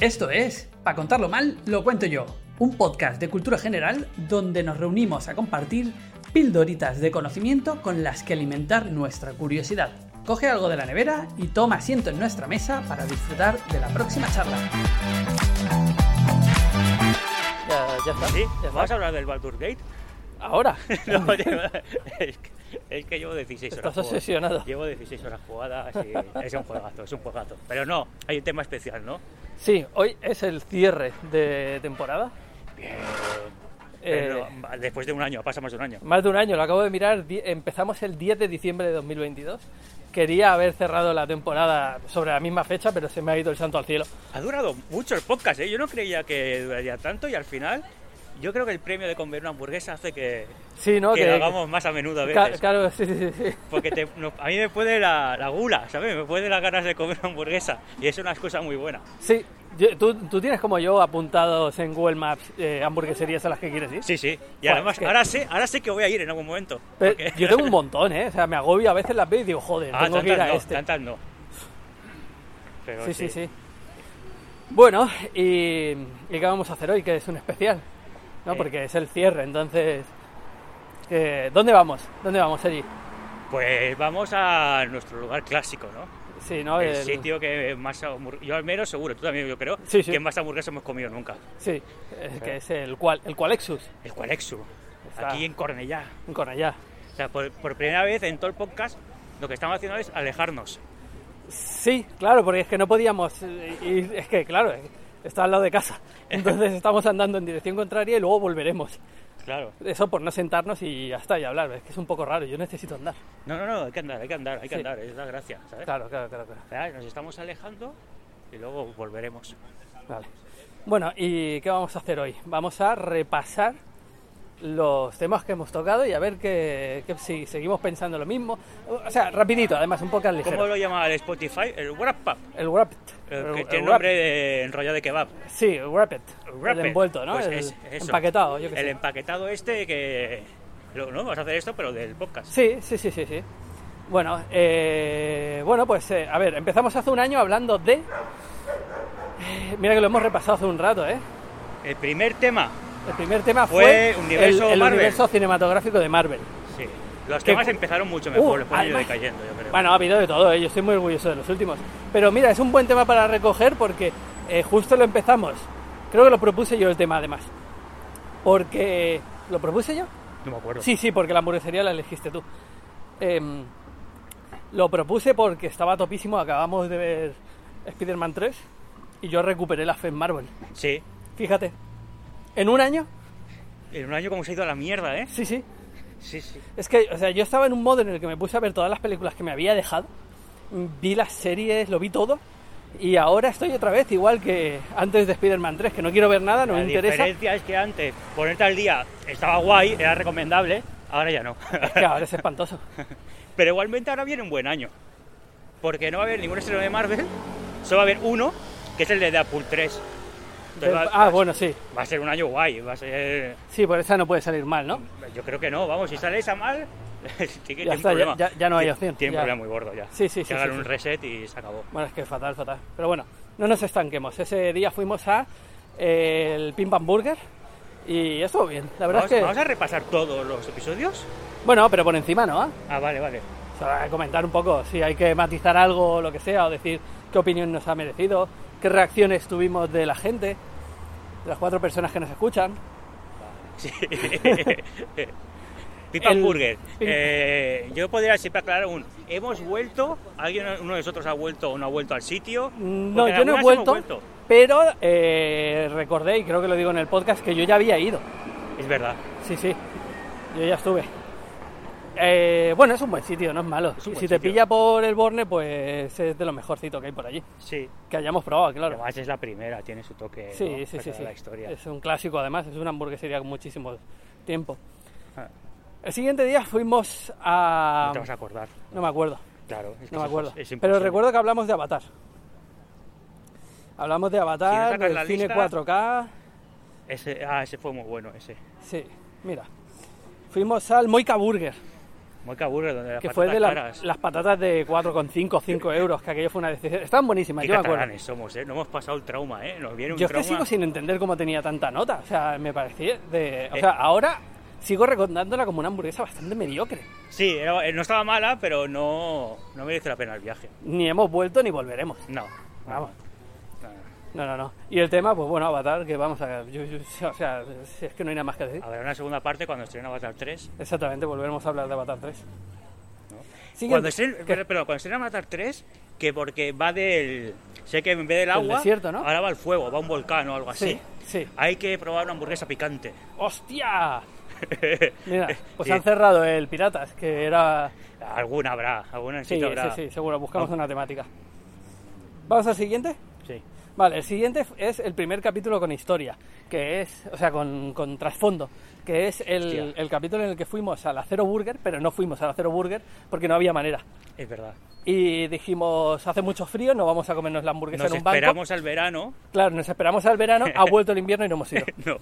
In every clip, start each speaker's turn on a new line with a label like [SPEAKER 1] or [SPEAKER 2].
[SPEAKER 1] Esto es, para contarlo mal, lo cuento yo, un podcast de cultura general donde nos reunimos a compartir pildoritas de conocimiento con las que alimentar nuestra curiosidad. Coge algo de la nevera y toma asiento en nuestra mesa para disfrutar de la próxima charla.
[SPEAKER 2] Ya, ya está.
[SPEAKER 3] Sí,
[SPEAKER 2] ya está.
[SPEAKER 3] ¿Vamos a hablar del Baldur Gate?
[SPEAKER 2] Ahora.
[SPEAKER 3] No, lleva- es, que, es que llevo 16 horas.
[SPEAKER 2] Estás
[SPEAKER 3] jugadas.
[SPEAKER 2] obsesionado.
[SPEAKER 3] Llevo 16 horas jugadas y es un juegazo, es un juegazo. Pero no, hay un tema especial, ¿no?
[SPEAKER 2] Sí, hoy es el cierre de temporada. Eh,
[SPEAKER 3] Pero no, después de un año, pasa más de un año.
[SPEAKER 2] Más de un año, lo acabo de mirar. di- Empezamos el 10 de diciembre de 2022. Quería haber cerrado la temporada sobre la misma fecha, pero se me ha ido el santo al cielo.
[SPEAKER 3] Ha durado mucho el podcast, ¿eh? Yo no creía que duraría tanto y al final yo creo que el premio de comer una hamburguesa hace que,
[SPEAKER 2] Sí, ¿no?
[SPEAKER 3] que lo hagamos más a menudo a
[SPEAKER 2] ca-
[SPEAKER 3] veces.
[SPEAKER 2] Claro, sí, sí, sí. sí.
[SPEAKER 3] Porque te- no, a mí me puede la, la gula, ¿sabes? Me puede las ganas de comer una hamburguesa y es una excusa muy buena.
[SPEAKER 2] Sí, yo- tú, tú tienes como yo apuntados en Google Maps eh, hamburgueserías a las que quieres ir.
[SPEAKER 3] Sí, sí. Y
[SPEAKER 2] Joder,
[SPEAKER 3] además,
[SPEAKER 2] que-
[SPEAKER 3] ahora sé, ahora sé que voy a ir en algún momento.
[SPEAKER 2] Pero
[SPEAKER 3] Porque-
[SPEAKER 2] eh, yo tengo un montón, ¿eh? O sea, me agobio a veces las veo y digo, joder,
[SPEAKER 3] Ah,
[SPEAKER 2] tengo
[SPEAKER 3] tantas
[SPEAKER 2] que ir a
[SPEAKER 3] no,
[SPEAKER 2] este.
[SPEAKER 3] tantas no. Pero
[SPEAKER 2] Sí, sí, sí. Bueno, y, ¿y qué vamos a hacer hoy? Que es un especial, ¿no?
[SPEAKER 3] Eh.
[SPEAKER 2] Porque es el cierre, entonces... eh, ¿Dónde vamos? ¿Dónde vamos, allí?
[SPEAKER 3] Pues vamos a nuestro lugar clásico, ¿no?
[SPEAKER 2] Sí, ¿no?
[SPEAKER 3] el,
[SPEAKER 2] El-
[SPEAKER 3] sitio que más hamburg- Yo al menos seguro, tú también yo creo,
[SPEAKER 2] Sí, sí.
[SPEAKER 3] que más hamburguesas hemos comido nunca.
[SPEAKER 2] Sí, es
[SPEAKER 3] Eh.
[SPEAKER 2] que es el, cual, el Qualexus,
[SPEAKER 3] El Qualexu,
[SPEAKER 2] Está-
[SPEAKER 3] aquí en Cornellá.
[SPEAKER 2] con allá.
[SPEAKER 3] O sea, por, por primera vez en todo el podcast, lo que estamos haciendo es alejarnos.
[SPEAKER 2] Sí, claro, porque es que no podíamos eh, ir... Es que, claro, eh, está al lado de casa. Entonces estamos andando en dirección contraria y luego volveremos.
[SPEAKER 3] Claro.
[SPEAKER 2] Eso por no sentarnos y ya está, y hablar. Es que es un poco raro, yo necesito andar.
[SPEAKER 3] No, no, no, hay que andar, hay que andar, hay que
[SPEAKER 2] Sí.
[SPEAKER 3] andar, es la gracia, ¿sabes?
[SPEAKER 2] Claro, claro, claro, claro.
[SPEAKER 3] O sea, Nos estamos alejando y luego volveremos.
[SPEAKER 2] Vale. Bueno, ¿y qué vamos a hacer hoy? Vamos a repasar los temas que hemos tocado y a ver que, que si seguimos pensando lo mismo. O sea, rapidito, además, un poco al ligero.
[SPEAKER 3] ¿Cómo lo llama el Spotify? El Wrap Up,
[SPEAKER 2] El wrapped.
[SPEAKER 3] el que tiene
[SPEAKER 2] wrap-
[SPEAKER 3] nombre de enrollado de kebab.
[SPEAKER 2] Sí, el wrapped.
[SPEAKER 3] Wrapped.
[SPEAKER 2] El envuelto, ¿no?
[SPEAKER 3] Pues
[SPEAKER 2] el
[SPEAKER 3] es- eso.
[SPEAKER 2] empaquetado, yo qué
[SPEAKER 3] El
[SPEAKER 2] sé.
[SPEAKER 3] empaquetado este que... lo- No, vas a hacer esto, pero del podcast.
[SPEAKER 2] Sí, sí, sí, sí, sí. Bueno, eh, bueno, pues eh, a ver, empezamos hace un año hablando de... eh, Mira que lo hemos repasado hace un rato, ¿eh?
[SPEAKER 3] El primer tema.
[SPEAKER 2] El primer tema
[SPEAKER 3] Fue
[SPEAKER 2] fue,
[SPEAKER 3] universo
[SPEAKER 2] el, el
[SPEAKER 3] Marvel.
[SPEAKER 2] universo cinematográfico de Marvel.
[SPEAKER 3] Sí. Los
[SPEAKER 2] ¿Qué?
[SPEAKER 3] temas empezaron mucho mejor,
[SPEAKER 2] Uh,
[SPEAKER 3] después han ido
[SPEAKER 2] además-
[SPEAKER 3] decayendo, yo creo.
[SPEAKER 2] Bueno, ha habido de todo, ¿eh? yo estoy muy orgulloso de los últimos. Pero mira, es un buen tema para recoger porque eh, justo lo empezamos. Creo que lo propuse yo el tema además. Porque... ¿Lo propuse yo?
[SPEAKER 3] No me acuerdo.
[SPEAKER 2] Sí, sí, porque la hamburguesería la elegiste tú. Em, lo propuse porque estaba topísimo, acabamos de ver Spider-Man 3 y yo recuperé la fe en Marvel.
[SPEAKER 3] Sí.
[SPEAKER 2] Fíjate, en un año,
[SPEAKER 3] En un año como se ha ido a la mierda, ¿eh?
[SPEAKER 2] sí, sí,
[SPEAKER 3] Sí, sí.
[SPEAKER 2] Es que, o sea, yo estaba en un modo en el que me puse a ver todas las películas que me había dejado, mm, vi las series, lo vi todo, y ahora estoy otra vez igual que antes de Spider-Man 3, que no quiero ver nada, no
[SPEAKER 3] la
[SPEAKER 2] me interesa.
[SPEAKER 3] diferencia es que antes ponerte al día estaba guay, era recomendable, ahora ya no.
[SPEAKER 2] Es que ahora es espantoso.
[SPEAKER 3] pero igualmente ahora viene un buen año. Porque no va a haber ningún estreno de Marvel, solo va a haber uno, que es el de Deadpool 3. Entonces va-
[SPEAKER 2] ah, bueno, sí.
[SPEAKER 3] va a ser un año guay, va a ser...
[SPEAKER 2] Sí, por esa no puede salir mal, ¿no?
[SPEAKER 3] Yo creo que no, vamos, si sale esa mal, sí que
[SPEAKER 2] Ya
[SPEAKER 3] tiene
[SPEAKER 2] está,
[SPEAKER 3] un problema.
[SPEAKER 2] ya- ya- ya no hay
[SPEAKER 3] Tiene-
[SPEAKER 2] opción,
[SPEAKER 3] Tiene
[SPEAKER 2] ya.
[SPEAKER 3] un problema muy gordo ya.
[SPEAKER 2] Sí, sí, sí,
[SPEAKER 3] Que hagan
[SPEAKER 2] sí,
[SPEAKER 3] un
[SPEAKER 2] sí.
[SPEAKER 3] reset y se acabó.
[SPEAKER 2] Bueno, es que fatal, fatal. Pero bueno, no nos estanquemos. Ese día fuimos a eh, el Pim Pam Burger y estuvo bien. La verdad
[SPEAKER 3] ¿Vamos,
[SPEAKER 2] es que...
[SPEAKER 3] vamos a repasar todos los episodios?
[SPEAKER 2] Bueno, pero por encima, ¿no? ¿Ah?
[SPEAKER 3] Ah, vale, vale.
[SPEAKER 2] O sea, comentar un poco si hay que matizar algo o lo que sea, o decir qué opinión nos ha merecido, qué reacciones tuvimos de la gente, de las cuatro personas que nos escuchan.
[SPEAKER 3] Sí. Pipa
[SPEAKER 2] El-
[SPEAKER 3] Burger.
[SPEAKER 2] el-
[SPEAKER 3] Eh, yo podría siempre aclarar un. Hemos vuelto. ¿Alguien, uno de nosotros ha vuelto o no ha vuelto al sitio?
[SPEAKER 2] Mm, No,
[SPEAKER 3] Porque
[SPEAKER 2] yo no he
[SPEAKER 3] algunas
[SPEAKER 2] vuelto,
[SPEAKER 3] hemos vuelto.
[SPEAKER 2] pero eh, recordé, y creo que lo digo en el podcast, que yo ya había ido.
[SPEAKER 3] Es verdad.
[SPEAKER 2] Sí, sí, yo ya estuve. Eh, bueno, es un buen sitio, no es malo.
[SPEAKER 3] Es un
[SPEAKER 2] Y
[SPEAKER 3] buen
[SPEAKER 2] si te
[SPEAKER 3] sitio.
[SPEAKER 2] pilla por el Borne, pues es de lo mejorcito que hay por allí.
[SPEAKER 3] Sí.
[SPEAKER 2] Que hayamos probado, claro.
[SPEAKER 3] Además es la primera, tiene su toque. ¿no?
[SPEAKER 2] Sí, sí,
[SPEAKER 3] Para
[SPEAKER 2] sí, sí.
[SPEAKER 3] La historia.
[SPEAKER 2] Es un clásico además, es una hamburguesería con muchísimo tiempo.
[SPEAKER 3] Ah.
[SPEAKER 2] El siguiente día fuimos a...
[SPEAKER 3] No te vas a acordar.
[SPEAKER 2] ah, No me acuerdo,
[SPEAKER 3] Claro. es que
[SPEAKER 2] no me
[SPEAKER 3] es-
[SPEAKER 2] acuerdo.
[SPEAKER 3] es
[SPEAKER 2] Pero
[SPEAKER 3] imposible.
[SPEAKER 2] recuerdo que hablamos de Avatar. Hablamos de
[SPEAKER 3] Si no
[SPEAKER 2] Avatar,
[SPEAKER 3] sacas la
[SPEAKER 2] del cine
[SPEAKER 3] lista-
[SPEAKER 2] 4K.
[SPEAKER 3] Ese, ah, ese fue muy bueno, ese.
[SPEAKER 2] Sí, mira. Fuimos al Moika Burger.
[SPEAKER 3] Muy caburro donde las
[SPEAKER 4] que
[SPEAKER 3] patatas
[SPEAKER 4] fue de la-
[SPEAKER 3] caras.
[SPEAKER 4] las patatas de 4,5 5 euros, que aquello fue una decisión. Estaban buenísimas,
[SPEAKER 3] Qué
[SPEAKER 4] yo me acuerdo.
[SPEAKER 3] catalanes somos, ¿eh? No hemos pasado el trauma, ¿eh? Nos viene un
[SPEAKER 4] Yo es
[SPEAKER 3] trauma.
[SPEAKER 4] que sigo sin entender cómo tenía tanta nota. O sea, me parecía de. O
[SPEAKER 3] Eh.
[SPEAKER 4] sea, ahora sigo recordándola como una hamburguesa bastante mediocre.
[SPEAKER 3] Sí, era- eh, no estaba mala, pero no, no merece la pena el viaje.
[SPEAKER 4] Ni hemos vuelto ni volveremos.
[SPEAKER 3] No.
[SPEAKER 4] Vamos.
[SPEAKER 3] No,
[SPEAKER 4] No, no, no. Y el tema, pues bueno, Avatar, que vamos a. yo- yo- o sea, si es que no hay nada más que decir.
[SPEAKER 3] no. Habrá una segunda parte cuando estrenen Avatar 3.
[SPEAKER 4] Exactamente, volveremos a hablar de Avatar 3.
[SPEAKER 3] ¿no?
[SPEAKER 4] Siguiente.
[SPEAKER 3] Cuando estrenen,
[SPEAKER 4] ¿Qué?
[SPEAKER 3] pero, cuando estrenen Avatar 3, que porque va del... Sé que en vez del agua,
[SPEAKER 4] desierto, ¿no?
[SPEAKER 3] ahora va el fuego, va un volcán o algo así.
[SPEAKER 4] Sí, sí.
[SPEAKER 3] Hay que probar una hamburguesa picante.
[SPEAKER 4] ¡Hostia! Mira, pues
[SPEAKER 3] Sí.
[SPEAKER 4] han cerrado el Piratas, que era.
[SPEAKER 3] Alguna habrá, alguna
[SPEAKER 4] Sí,
[SPEAKER 3] sitio habrá.
[SPEAKER 4] sí, sí, seguro, buscamos una temática. ¿Vamos al siguiente?
[SPEAKER 3] Sí.
[SPEAKER 4] Vale, el siguiente es el primer capítulo con historia, que es, o sea, con, con trasfondo, que es el,
[SPEAKER 3] Hostia.
[SPEAKER 4] el capítulo en el que fuimos a la Cero Burger, pero no fuimos a la Cero Burger porque no había manera.
[SPEAKER 3] Es verdad.
[SPEAKER 4] Y dijimos, hace mucho frío, no vamos a comernos la hamburguesa
[SPEAKER 3] Nos
[SPEAKER 4] en un banco.
[SPEAKER 3] esperamos al verano.
[SPEAKER 4] Claro, nos esperamos al verano, ha vuelto el invierno y no hemos ido.
[SPEAKER 3] No.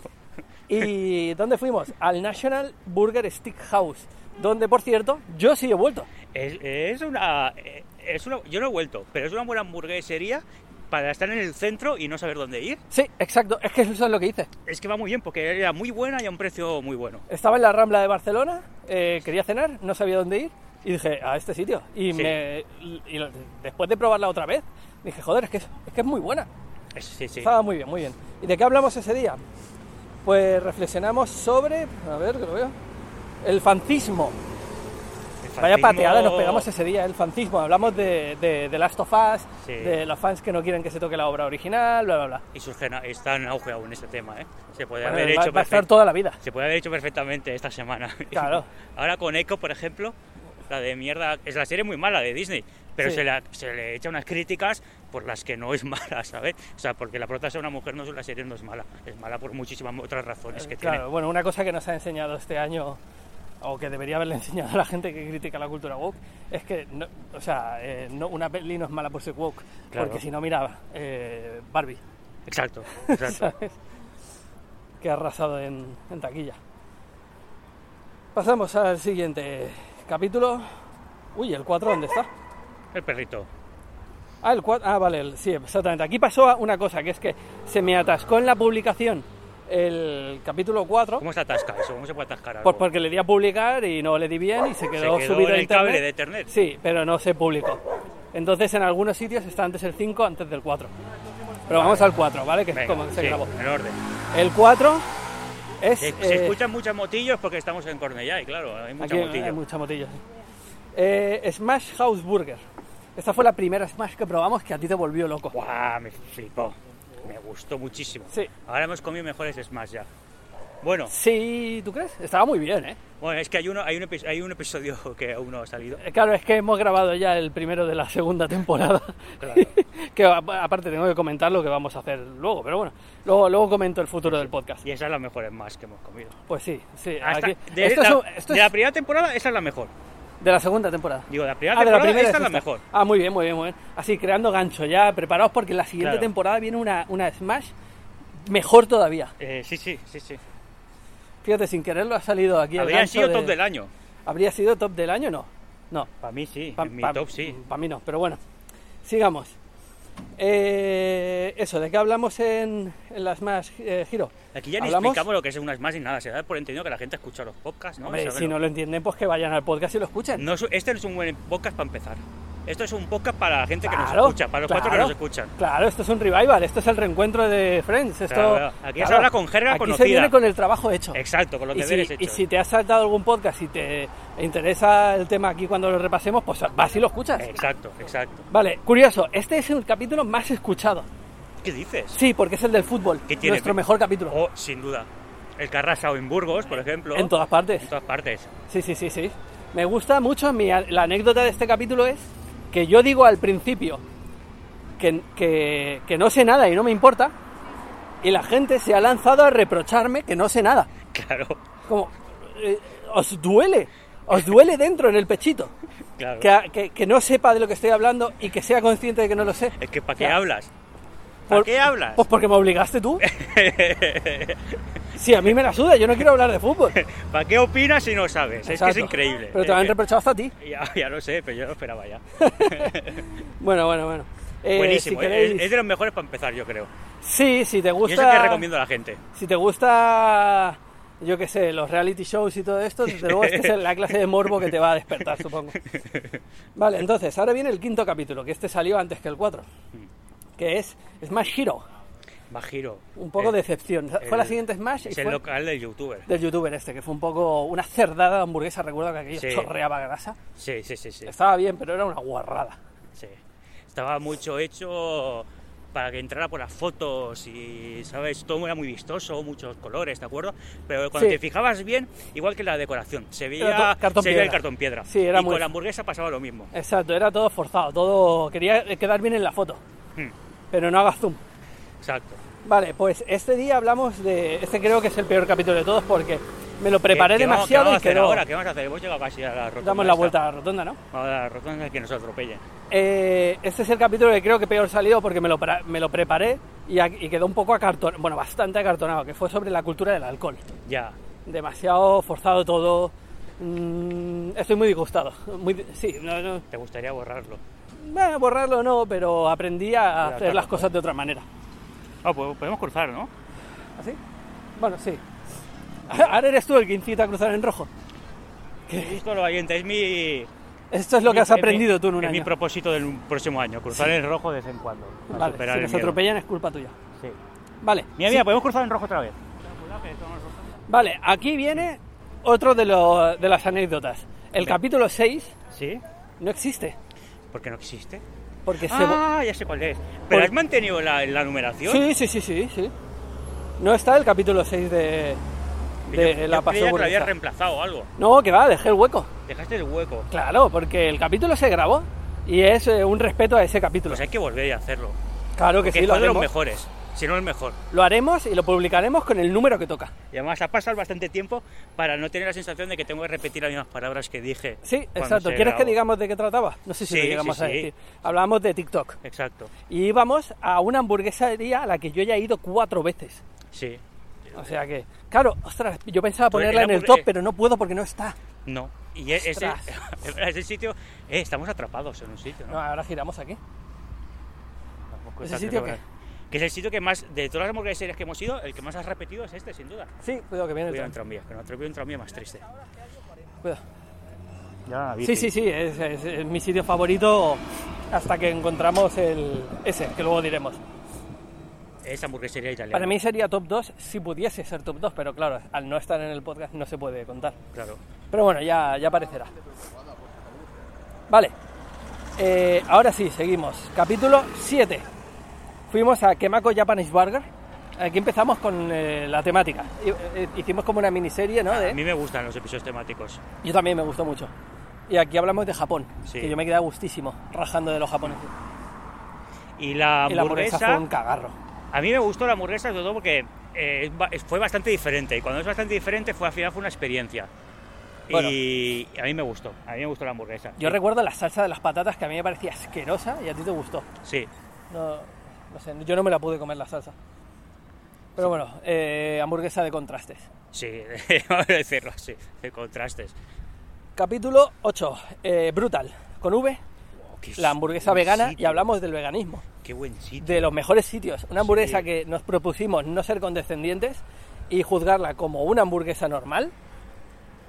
[SPEAKER 4] ¿Y dónde fuimos? Al National Burger Stick House, donde, por cierto, yo sí he vuelto.
[SPEAKER 3] Es, es una, eh, es una- Yo no he vuelto, pero es una buena hamburguesería para estar en el centro y no saber dónde ir.
[SPEAKER 4] Sí, exacto, es que eso es lo que hice.
[SPEAKER 3] Es que va muy bien porque era muy buena y a un precio muy bueno.
[SPEAKER 4] Estaba en la Rambla de Barcelona, eh, quería cenar, no sabía dónde ir y dije, a este sitio. Y,
[SPEAKER 3] Sí.
[SPEAKER 4] me, y- y después de probarla otra vez, dije, joder, es que es, es que es muy buena.
[SPEAKER 3] Es- sí, sí.
[SPEAKER 4] Estaba muy bien, muy bien. ¿Y de qué hablamos ese día? Pues reflexionamos sobre, a ver, que lo veo, el fancismo.
[SPEAKER 3] El
[SPEAKER 4] Vaya
[SPEAKER 3] fascismo-
[SPEAKER 4] pateada
[SPEAKER 3] Oh.
[SPEAKER 4] nos pegamos ese día, el fancismo. Hablamos de, de, de Last of Us,
[SPEAKER 3] Sí.
[SPEAKER 4] de los fans que no quieren que se toque la obra original, bla, bla, bla.
[SPEAKER 3] Y surge, está en auge aún este tema, ¿eh? Se puede
[SPEAKER 4] Bueno,
[SPEAKER 3] haber
[SPEAKER 4] va-
[SPEAKER 3] hecho
[SPEAKER 4] va a estar
[SPEAKER 3] perfect-
[SPEAKER 4] toda la vida.
[SPEAKER 3] Se puede haber hecho perfectamente esta semana.
[SPEAKER 4] Claro.
[SPEAKER 3] Ahora con Echo, por ejemplo, la de mierda. Es la serie muy mala de Disney, pero
[SPEAKER 4] Sí.
[SPEAKER 3] se, la- se le echa unas críticas por las que no es mala, ¿sabes? O sea, porque la prota sea una mujer, no la serie no es mala. Es mala por muchísimas otras razones que
[SPEAKER 4] Eh, Claro, bueno, una cosa que nos ha enseñado este año, o que debería haberle enseñado a la gente que critica la cultura woke, es que, no- o sea, eh, no, una peli no es mala por ser woke,
[SPEAKER 3] Claro.
[SPEAKER 4] porque si no, mira, eh, Barbie,
[SPEAKER 3] tiene. Exacto, exacto.
[SPEAKER 4] ¿sabes? que ha arrasado en, en taquilla. Pasamos al siguiente capítulo. Uy, ¿el 4 dónde está?
[SPEAKER 3] El perrito.
[SPEAKER 4] Ah, el 4, ah, vale, el- sí, exactamente. Aquí pasó una cosa, que es que se me atascó en la publicación el capítulo 4.
[SPEAKER 3] ¿Cómo se atasca eso? ¿Cómo se puede atascar algo?
[SPEAKER 4] Pues porque le di a publicar y no le di bien y se quedó,
[SPEAKER 3] quedó
[SPEAKER 4] subido
[SPEAKER 3] en
[SPEAKER 4] a
[SPEAKER 3] el
[SPEAKER 4] internet.
[SPEAKER 3] cable de internet.
[SPEAKER 4] Sí, pero no se publicó. Entonces en algunos sitios está antes el 5, antes del 4. Pero vamos al 4, ¿vale? Que es
[SPEAKER 3] Venga,
[SPEAKER 4] como se
[SPEAKER 3] sí,
[SPEAKER 4] grabó.
[SPEAKER 3] En orden.
[SPEAKER 4] El 4 es...
[SPEAKER 3] Se,
[SPEAKER 4] eh,
[SPEAKER 3] se escuchan muchas motillos porque estamos en Cornellá y claro, hay mucha
[SPEAKER 4] aquí
[SPEAKER 3] motillo.
[SPEAKER 4] hay mucha motilla, sí. Eh, Smash House Burger. Esta fue la primera Smash que probamos que a ti te volvió loco.
[SPEAKER 3] ¡Guau! Me flipó. Me gustó muchísimo.
[SPEAKER 4] Sí.
[SPEAKER 3] Ahora hemos comido mejores Smash ya. Bueno,
[SPEAKER 4] Sí, ¿tú crees? Estaba muy bien, ¿eh?
[SPEAKER 3] bueno, es que hay, uno, hay, un epi- hay un episodio que aún no ha salido.
[SPEAKER 4] Eh, Claro, es que hemos grabado ya el primero de la segunda temporada.
[SPEAKER 3] Claro.
[SPEAKER 4] que a- aparte tengo que comentar lo que vamos a hacer luego, pero bueno, luego, luego comento el futuro del podcast.
[SPEAKER 3] Y esa es la mejor Smash que hemos comido.
[SPEAKER 4] Pues sí, sí.
[SPEAKER 3] Hasta-
[SPEAKER 4] aquí-
[SPEAKER 3] Ah, de,
[SPEAKER 4] esto
[SPEAKER 3] la,
[SPEAKER 4] es, un- esto
[SPEAKER 3] de
[SPEAKER 4] es
[SPEAKER 3] la primera temporada, esa es la mejor.
[SPEAKER 4] de la segunda temporada.
[SPEAKER 3] Digo, de la primera
[SPEAKER 4] Ah, de la
[SPEAKER 3] temporada,
[SPEAKER 4] primera.
[SPEAKER 3] esta es
[SPEAKER 4] esta.
[SPEAKER 3] la mejor.
[SPEAKER 4] Ah, muy bien, muy bien, muy bien. Así, creando gancho ya, preparaos porque la siguiente
[SPEAKER 3] Claro.
[SPEAKER 4] temporada viene una, una Smash mejor todavía.
[SPEAKER 3] Eh, sí, sí, sí, sí.
[SPEAKER 4] Fíjate, sin quererlo ha salido aquí. el
[SPEAKER 3] Habría
[SPEAKER 4] gancho
[SPEAKER 3] sido
[SPEAKER 4] de-
[SPEAKER 3] top del año.
[SPEAKER 4] ¿Habría sido top del año? No, no.
[SPEAKER 3] Para mí sí,
[SPEAKER 4] Pa-
[SPEAKER 3] en mi
[SPEAKER 4] pa-
[SPEAKER 3] top sí.
[SPEAKER 4] Para mí no, pero bueno. Sigamos. Eh, eso, ¿de qué hablamos en, en las más eh, giro?
[SPEAKER 3] Aquí ya ni
[SPEAKER 4] ¿Hablamos?
[SPEAKER 3] explicamos lo que es una Smash ni nada. Se da por entendido que la gente escucha los podcasts, ¿no?
[SPEAKER 4] Hombre,
[SPEAKER 3] Sabe
[SPEAKER 4] si
[SPEAKER 3] lo-
[SPEAKER 4] no lo entienden, pues que vayan al podcast y lo escuchen.
[SPEAKER 3] No es- este no es un buen podcast para empezar. Esto es un podcast para la gente que
[SPEAKER 4] Claro,
[SPEAKER 3] nos escucha, para los cuatro que
[SPEAKER 4] claro,
[SPEAKER 3] nos escuchan.
[SPEAKER 4] Claro, esto es un revival, esto es el reencuentro de Friends. Esto,
[SPEAKER 3] Claro, aquí se habla con jerga
[SPEAKER 4] aquí
[SPEAKER 3] conocida.
[SPEAKER 4] se viene con el trabajo hecho.
[SPEAKER 3] Exacto, con los
[SPEAKER 4] Y
[SPEAKER 3] deberes
[SPEAKER 4] si, y
[SPEAKER 3] hechos.
[SPEAKER 4] si te has saltado algún podcast y te interesa el tema aquí cuando lo repasemos, pues vas y lo escuchas.
[SPEAKER 3] Exacto, exacto.
[SPEAKER 4] Vale, curioso, este es el capítulo más escuchado.
[SPEAKER 3] ¿Qué dices?
[SPEAKER 4] Sí, porque es el del fútbol,
[SPEAKER 3] ¿Qué tiene?
[SPEAKER 4] nuestro mejor capítulo.
[SPEAKER 3] Oh, sin duda. El que ha arrasado en Burgos, por ejemplo.
[SPEAKER 4] En todas partes.
[SPEAKER 3] En todas partes.
[SPEAKER 4] Sí, sí, sí, sí. Me gusta mucho. Mi, la anécdota de este capítulo es que yo digo al principio que, que- que no sé nada y no me importa. Y la gente se ha lanzado a reprocharme que no sé nada.
[SPEAKER 3] Claro,
[SPEAKER 4] Como, eh, os duele. Os duele dentro, en el pechito.
[SPEAKER 3] claro.
[SPEAKER 4] Que, a- que- que no sepa de lo que estoy hablando y que sea consciente de que no lo sé.
[SPEAKER 3] Es que ¿para qué
[SPEAKER 4] Ya.
[SPEAKER 3] hablas? ¿Para
[SPEAKER 4] Por-
[SPEAKER 3] qué hablas?
[SPEAKER 4] Pues porque me obligaste tú. Sí, a mí me la suda, yo no quiero hablar de fútbol.
[SPEAKER 3] ¿Para qué opinas si no sabes? Es que es
[SPEAKER 4] Exacto.
[SPEAKER 3] increíble.
[SPEAKER 4] Pero te lo
[SPEAKER 3] Es
[SPEAKER 4] han
[SPEAKER 3] que-
[SPEAKER 4] reprochado hasta a ti.
[SPEAKER 3] ya, ya lo sé, pero yo lo esperaba ya.
[SPEAKER 4] Bueno, bueno, bueno. Eh,
[SPEAKER 3] Buenísimo,
[SPEAKER 4] si
[SPEAKER 3] eh,
[SPEAKER 4] queréis-
[SPEAKER 3] es, es de los mejores para empezar, yo creo.
[SPEAKER 4] Sí, si te
[SPEAKER 3] Y eso es que
[SPEAKER 4] gusta.
[SPEAKER 3] recomiendo a la gente.
[SPEAKER 4] Si te gusta, yo qué sé, los reality shows y todo esto, desde luego esta es la clase de morbo que te va a despertar, supongo. Vale, entonces, ahora viene el quinto capítulo, que este salió antes que el 4,
[SPEAKER 3] Hmm.
[SPEAKER 4] que es Smash Hero.
[SPEAKER 3] Bajiro.
[SPEAKER 4] Un poco
[SPEAKER 3] de
[SPEAKER 4] decepción. Fue la siguiente Smash y
[SPEAKER 3] Es el
[SPEAKER 4] fue
[SPEAKER 3] local del youtuber.
[SPEAKER 4] del youtuber este, que fue un poco una cerdada de hamburguesa, recuerdo que aquello
[SPEAKER 3] Sí.
[SPEAKER 4] chorreaba grasa.
[SPEAKER 3] Sí, sí, sí, sí,
[SPEAKER 4] Estaba bien, pero era una guarrada.
[SPEAKER 3] sí. Estaba mucho hecho para que entrara por las fotos y, ¿sabes? Todo era muy vistoso, muchos colores, ¿de acuerdo? Pero cuando
[SPEAKER 4] Sí.
[SPEAKER 3] te fijabas bien, igual que la decoración, se
[SPEAKER 4] Era
[SPEAKER 3] veía,
[SPEAKER 4] to- cartón
[SPEAKER 3] se veía el
[SPEAKER 4] piedra.
[SPEAKER 3] cartón piedra.
[SPEAKER 4] Sí, era
[SPEAKER 3] y
[SPEAKER 4] muy-
[SPEAKER 3] con la hamburguesa pasaba lo mismo.
[SPEAKER 4] Exacto, era todo forzado, todo quería quedar bien en la foto,
[SPEAKER 3] Hmm,
[SPEAKER 4] pero no hagas zoom.
[SPEAKER 3] Exacto.
[SPEAKER 4] Vale, pues este día hablamos de. Este creo que es el peor capítulo de todos porque me lo preparé
[SPEAKER 3] ¿Qué- qué vamos-
[SPEAKER 4] demasiado
[SPEAKER 3] ¿Qué vamos a
[SPEAKER 4] y
[SPEAKER 3] hacer
[SPEAKER 4] quedó.
[SPEAKER 3] ahora? ¿Qué vamos a hacer? Hemos llegado casi a la rotonda.
[SPEAKER 4] Damos la
[SPEAKER 3] esta.
[SPEAKER 4] vuelta a la rotonda, ¿no?
[SPEAKER 3] Vamos a la rotonda que nos atropellen.
[SPEAKER 4] Eh, este es el capítulo que creo que peor salió porque me lo, pra- me lo preparé y, a- y quedó un poco acartonado, bueno, bastante acartonado, que fue sobre la cultura del alcohol.
[SPEAKER 3] Ya.
[SPEAKER 4] Demasiado forzado todo. Mm, estoy muy disgustado. Muy, di- sí, no, no-
[SPEAKER 3] Te gustaría borrarlo.
[SPEAKER 4] bueno, borrarlo no, pero aprendí a
[SPEAKER 3] Ya,
[SPEAKER 4] hacer
[SPEAKER 3] claro.
[SPEAKER 4] las cosas de otra manera.
[SPEAKER 3] Ah, pues podemos cruzar, ¿no? ¿Ah,
[SPEAKER 4] ¿Así? Bueno, sí. Ahora eres tú el que incita a cruzar en rojo.
[SPEAKER 3] Listo, lo oyente, es mi...
[SPEAKER 4] Esto es lo que has
[SPEAKER 3] es mi-
[SPEAKER 4] aprendido tú en un
[SPEAKER 3] Es mi
[SPEAKER 4] año.
[SPEAKER 3] propósito del próximo año, cruzar en rojo de vez en cuando. para
[SPEAKER 4] Vale,
[SPEAKER 3] superar
[SPEAKER 4] si
[SPEAKER 3] el
[SPEAKER 4] nos
[SPEAKER 3] miedo.
[SPEAKER 4] atropellan es culpa tuya.
[SPEAKER 3] Sí.
[SPEAKER 4] Vale.
[SPEAKER 3] Mira, mira, podemos cruzar en rojo otra vez.
[SPEAKER 4] Vale, aquí viene otro de, lo- de las anécdotas. El capítulo 6
[SPEAKER 3] ¿Sí?
[SPEAKER 4] no existe.
[SPEAKER 3] Porque no existe.
[SPEAKER 4] Porque se... vo-
[SPEAKER 3] Ah, ya sé cuál es. ¿Pero has mantenido la, la numeración?
[SPEAKER 4] Pues Sí, sí, sí, sí, sí. No está el capítulo 6 de,
[SPEAKER 3] Que
[SPEAKER 4] de
[SPEAKER 3] yo- yo
[SPEAKER 4] la
[SPEAKER 3] creía que lo habías
[SPEAKER 4] burguesa.
[SPEAKER 3] reemplazado o algo.
[SPEAKER 4] No, que va, dejé el hueco.
[SPEAKER 3] Dejaste el hueco.
[SPEAKER 4] Claro, porque el capítulo se grabó y es eh, un respeto a ese capítulo.
[SPEAKER 3] Pues hay que volver a hacerlo.
[SPEAKER 4] Claro que
[SPEAKER 3] Porque
[SPEAKER 4] sí,
[SPEAKER 3] es
[SPEAKER 4] lo
[SPEAKER 3] uno de los
[SPEAKER 4] haremos.
[SPEAKER 3] mejores, si no el mejor.
[SPEAKER 4] Lo haremos y lo publicaremos con el número que toca.
[SPEAKER 3] Y además ha pasado bastante tiempo para no tener la sensación de que tengo que repetir las mismas palabras que dije.
[SPEAKER 4] Sí,
[SPEAKER 3] cuando
[SPEAKER 4] exacto.
[SPEAKER 3] se
[SPEAKER 4] ¿Quieres que
[SPEAKER 3] grabó.
[SPEAKER 4] digamos de qué trataba? No sé si
[SPEAKER 3] Sí,
[SPEAKER 4] lo
[SPEAKER 3] sí,
[SPEAKER 4] llegamos a
[SPEAKER 3] sí.
[SPEAKER 4] decir. Hablábamos de TikTok.
[SPEAKER 3] Exacto,
[SPEAKER 4] Y íbamos a una hamburguesería a la que yo ya he ido cuatro veces.
[SPEAKER 3] sí.
[SPEAKER 4] O sea que, claro, ostras, yo pensaba
[SPEAKER 3] Tú eres
[SPEAKER 4] ponerla en
[SPEAKER 3] la
[SPEAKER 4] el
[SPEAKER 3] hamburgue-
[SPEAKER 4] top, pero no puedo porque no está.
[SPEAKER 3] No. Y e- ese,
[SPEAKER 4] Ostras.
[SPEAKER 3] ese sitio... eh, estamos atrapados en un sitio,
[SPEAKER 4] No,
[SPEAKER 3] ¿no?
[SPEAKER 4] ahora giramos aquí.
[SPEAKER 3] Tampoco
[SPEAKER 4] ¿Ese
[SPEAKER 3] está
[SPEAKER 4] sitio
[SPEAKER 3] que-
[SPEAKER 4] qué?
[SPEAKER 3] Que es el sitio que más, de todas las hamburgueserías que hemos ido, el que más has repetido es este, sin duda.
[SPEAKER 4] Sí, cuidado que viene el
[SPEAKER 3] Cuidado
[SPEAKER 4] tren.
[SPEAKER 3] en tranvía, que no atrevió un tranvía más triste.
[SPEAKER 4] Cuidado. Sí, sí, sí, es, es- es mi sitio favorito hasta que encontramos el ese, que luego diremos.
[SPEAKER 3] Es hamburguesería italiana.
[SPEAKER 4] Para mí sería top 2 si pudiese ser top 2, pero claro, al no estar en el podcast no se puede contar.
[SPEAKER 3] Claro.
[SPEAKER 4] Pero bueno, ya, ya aparecerá. Vale. Eh, ahora sí, seguimos. Capítulo 7. Fuimos a Kemako Japanese Burger. Aquí empezamos con eh, la temática. Y- eh, Hicimos como una miniserie, ¿no?
[SPEAKER 3] A
[SPEAKER 4] De...
[SPEAKER 3] mí me gustan los episodios temáticos.
[SPEAKER 4] Yo también me gustó mucho. Y aquí hablamos de Japón,
[SPEAKER 3] Sí.
[SPEAKER 4] que yo me quedé a gustísimo rajando de los japoneses.
[SPEAKER 3] Y la
[SPEAKER 4] Y la hamburguesa
[SPEAKER 3] hamburguesa...
[SPEAKER 4] fue un cagarro.
[SPEAKER 3] A mí me gustó la hamburguesa sobre todo porque eh, es ba- es- fue bastante diferente. Y cuando es bastante diferente, fue, al final fue una experiencia.
[SPEAKER 4] Bueno.
[SPEAKER 3] Y a mí me gustó. A mí me gustó la hamburguesa.
[SPEAKER 4] Yo recuerdo la salsa de las patatas que a mí me parecía asquerosa y a ti te gustó.
[SPEAKER 3] Sí.
[SPEAKER 4] No, no sé, yo no me la pude comer la salsa. Pero bueno, eh, hamburguesa de contrastes.
[SPEAKER 3] Sí, vamos a decirlo así, de contrastes.
[SPEAKER 4] Capítulo 8, eh, Brutal, con V,
[SPEAKER 3] Oh, qué
[SPEAKER 4] la hamburguesa
[SPEAKER 3] buen
[SPEAKER 4] vegana y
[SPEAKER 3] sitio,
[SPEAKER 4] hablamos del veganismo,
[SPEAKER 3] Qué buen sitio.
[SPEAKER 4] de los mejores sitios. Una hamburguesa
[SPEAKER 3] Sí.
[SPEAKER 4] que nos propusimos no ser condescendientes y juzgarla como una hamburguesa normal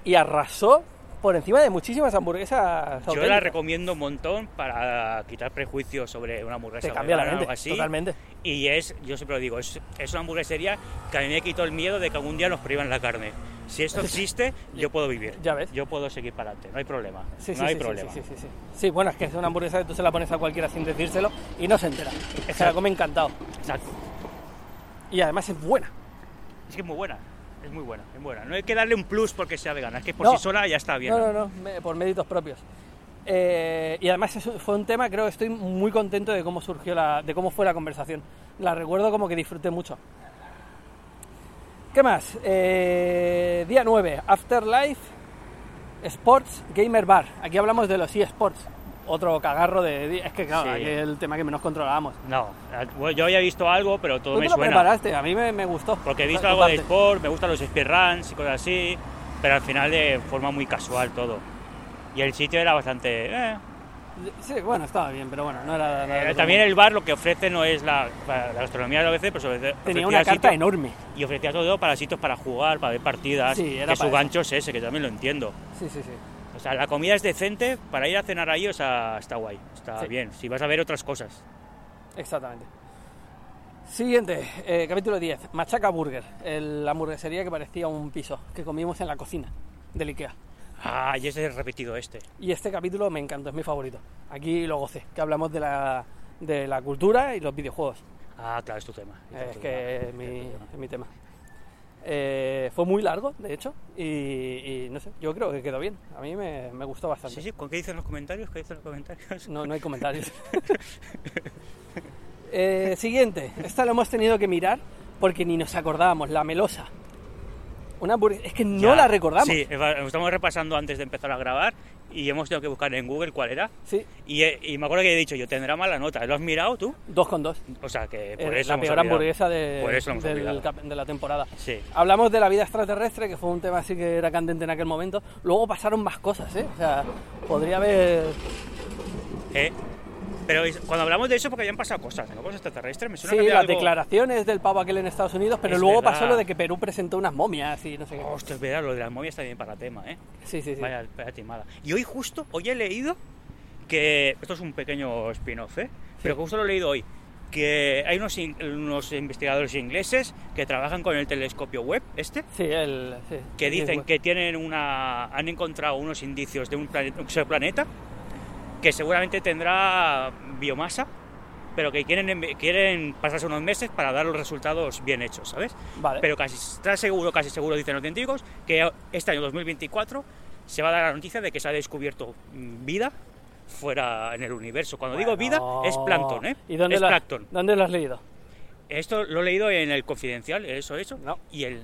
[SPEAKER 4] y arrasó por encima de muchísimas hamburguesas.
[SPEAKER 3] Yo la
[SPEAKER 4] auténticas.
[SPEAKER 3] recomiendo un montón para quitar prejuicios sobre una hamburguesa
[SPEAKER 4] Te cambia la
[SPEAKER 3] vegana o
[SPEAKER 4] mente,
[SPEAKER 3] algo así.
[SPEAKER 4] totalmente.
[SPEAKER 3] Y es, yo siempre lo digo, es, es una hamburguesería que a mí me quitó el miedo de que algún día nos privan la carne. Si esto existe, yo puedo vivir.
[SPEAKER 4] Ya ves.
[SPEAKER 3] Yo puedo seguir para adelante, no hay problema.
[SPEAKER 4] Sí,
[SPEAKER 3] no
[SPEAKER 4] sí,
[SPEAKER 3] hay
[SPEAKER 4] sí, sí,
[SPEAKER 3] problema.
[SPEAKER 4] Sí, sí, sí, sí. Sí, bueno, es que es una hamburguesa que tú se la pones a cualquiera sin decírselo y no se entera. Se la
[SPEAKER 3] Exacto.
[SPEAKER 4] come encantado.
[SPEAKER 3] Exacto.
[SPEAKER 4] Y además es buena.
[SPEAKER 3] Es que es muy buena. Es muy buena, es buena. No hay que darle un plus porque sea vegana, es que por
[SPEAKER 4] No.
[SPEAKER 3] sí sola ya está bien.
[SPEAKER 4] No, no, no, me- por méritos propios. Eh, y además eso fue un tema, creo que estoy muy contento de cómo surgió la, de cómo fue la conversación. La recuerdo como que disfruté mucho. ¿Qué más? Eh, día 9, Afterlife Sports Gamer Bar. Aquí hablamos de los eSports. otro cagarro de... Es que claro,
[SPEAKER 3] Sí.
[SPEAKER 4] aquí es el tema que menos controlábamos.
[SPEAKER 3] No, eh, bueno, yo había visto algo, pero todo
[SPEAKER 4] Tú
[SPEAKER 3] me
[SPEAKER 4] te lo
[SPEAKER 3] suena.
[SPEAKER 4] preparaste, a mí me, me gustó.
[SPEAKER 3] Porque he
[SPEAKER 4] Tu-
[SPEAKER 3] visto
[SPEAKER 4] tu
[SPEAKER 3] algo de
[SPEAKER 4] parte.
[SPEAKER 3] sport, me gustan los speedruns y cosas así, pero al final de forma muy casual todo. Y el sitio era bastante... eh.
[SPEAKER 4] Sí, bueno, estaba bien, pero bueno, no era... nada
[SPEAKER 3] Eh,
[SPEAKER 4] del otro
[SPEAKER 3] También
[SPEAKER 4] mundo.
[SPEAKER 3] el bar lo que ofrece no es la, la gastronomía de la veces, pero ofrece-
[SPEAKER 4] Tenía
[SPEAKER 3] ofrecía
[SPEAKER 4] una carta
[SPEAKER 3] sitio-
[SPEAKER 4] enorme.
[SPEAKER 3] Y ofrecía todo para sitios para jugar, para ver partidas,
[SPEAKER 4] Sí, era
[SPEAKER 3] que
[SPEAKER 4] para
[SPEAKER 3] su
[SPEAKER 4] eso.
[SPEAKER 3] gancho es ese, que también lo entiendo.
[SPEAKER 4] Sí, sí, sí.
[SPEAKER 3] O sea, la comida es decente, para ir a cenar ahí, o sea, está guay, está
[SPEAKER 4] Sí.
[SPEAKER 3] bien. Si vas a ver otras cosas.
[SPEAKER 4] Exactamente. Siguiente, eh, capítulo 10, Machaca Burger, el- la hamburguesería que parecía un piso, que comimos en la cocina del Ikea.
[SPEAKER 3] Ah, y ese es repetido este.
[SPEAKER 4] Y este capítulo me encantó, es mi favorito. Aquí lo gocé, que hablamos de la, de la cultura y los videojuegos.
[SPEAKER 3] Ah, claro, es tu tema.
[SPEAKER 4] Eh, Es que es mi, es mi tema. Eh, fue muy largo, de hecho, y, y no sé, yo creo que quedó bien. A mí me, me gustó bastante.
[SPEAKER 3] Sí, sí, ¿con qué dicen los comentarios? ¿Qué dicen los comentarios?
[SPEAKER 4] No, no hay comentarios. Eh, siguiente. Esta la hemos tenido que mirar porque ni nos acordábamos. La melosa. Una hamburguesa- Es que no
[SPEAKER 3] Ya.
[SPEAKER 4] la recordamos.
[SPEAKER 3] Sí, eva- estamos repasando antes de empezar a grabar y hemos tenido que buscar en Google cuál era.
[SPEAKER 4] Sí,
[SPEAKER 3] Y, eh, y me acuerdo que he dicho, yo tendrá mala nota. ¿Lo has mirado tú?
[SPEAKER 4] dos con dos.
[SPEAKER 3] O sea, que por
[SPEAKER 4] Eh,
[SPEAKER 3] eso
[SPEAKER 4] la
[SPEAKER 3] hemos
[SPEAKER 4] peor
[SPEAKER 3] olvidado.
[SPEAKER 4] hamburguesa de,
[SPEAKER 3] Por eso lo hemos
[SPEAKER 4] del
[SPEAKER 3] olvidado.
[SPEAKER 4] cap- de la temporada.
[SPEAKER 3] Sí.
[SPEAKER 4] Hablamos de la vida extraterrestre, que fue un tema así que era candente en aquel momento. Luego pasaron más cosas, ¿eh? O sea, podría haber...
[SPEAKER 3] Eh, pero es- cuando hablamos de eso, porque habían pasado cosas, ¿no? Cosas extraterrestres, me suena
[SPEAKER 4] Sí,
[SPEAKER 3] que había
[SPEAKER 4] las
[SPEAKER 3] algo-
[SPEAKER 4] declaraciones del pavo aquel en Estados Unidos, pero
[SPEAKER 3] Es
[SPEAKER 4] luego
[SPEAKER 3] verdad.
[SPEAKER 4] pasó lo de que Perú presentó unas momias y no sé qué.
[SPEAKER 3] Hostia, es verdad, lo de las momias está bien para tema, ¿eh?
[SPEAKER 4] Sí, sí, sí.
[SPEAKER 3] Vaya, vaya timada. Y hoy justo, hoy he leído que... Esto es un pequeño spin-off, ¿eh? Pero que justo lo he leído hoy. Que hay unos, in- unos investigadores ingleses que trabajan con el telescopio web este
[SPEAKER 4] Sí, el... sí.
[SPEAKER 3] que
[SPEAKER 4] Sí,
[SPEAKER 3] dicen
[SPEAKER 4] bueno.
[SPEAKER 3] que tienen una han encontrado unos indicios de un planeta, un exoplaneta que seguramente tendrá biomasa, pero que quieren envi- quieren pasarse unos meses para dar los resultados bien hechos, ¿sabes?
[SPEAKER 4] Vale.
[SPEAKER 3] Pero casi está seguro, casi seguro dicen los científicos que este año 2024 se va a dar la noticia de que se ha descubierto mm, vida fuera en el universo. Cuando digo vida es
[SPEAKER 4] Bueno,
[SPEAKER 3] plancton, ¿eh?
[SPEAKER 4] ¿Y dónde
[SPEAKER 3] es
[SPEAKER 4] lo,
[SPEAKER 3] plancton.
[SPEAKER 4] ¿Dónde lo has leído?
[SPEAKER 3] Esto lo he leído en el Confidencial, eso eso.
[SPEAKER 4] No.
[SPEAKER 3] Y el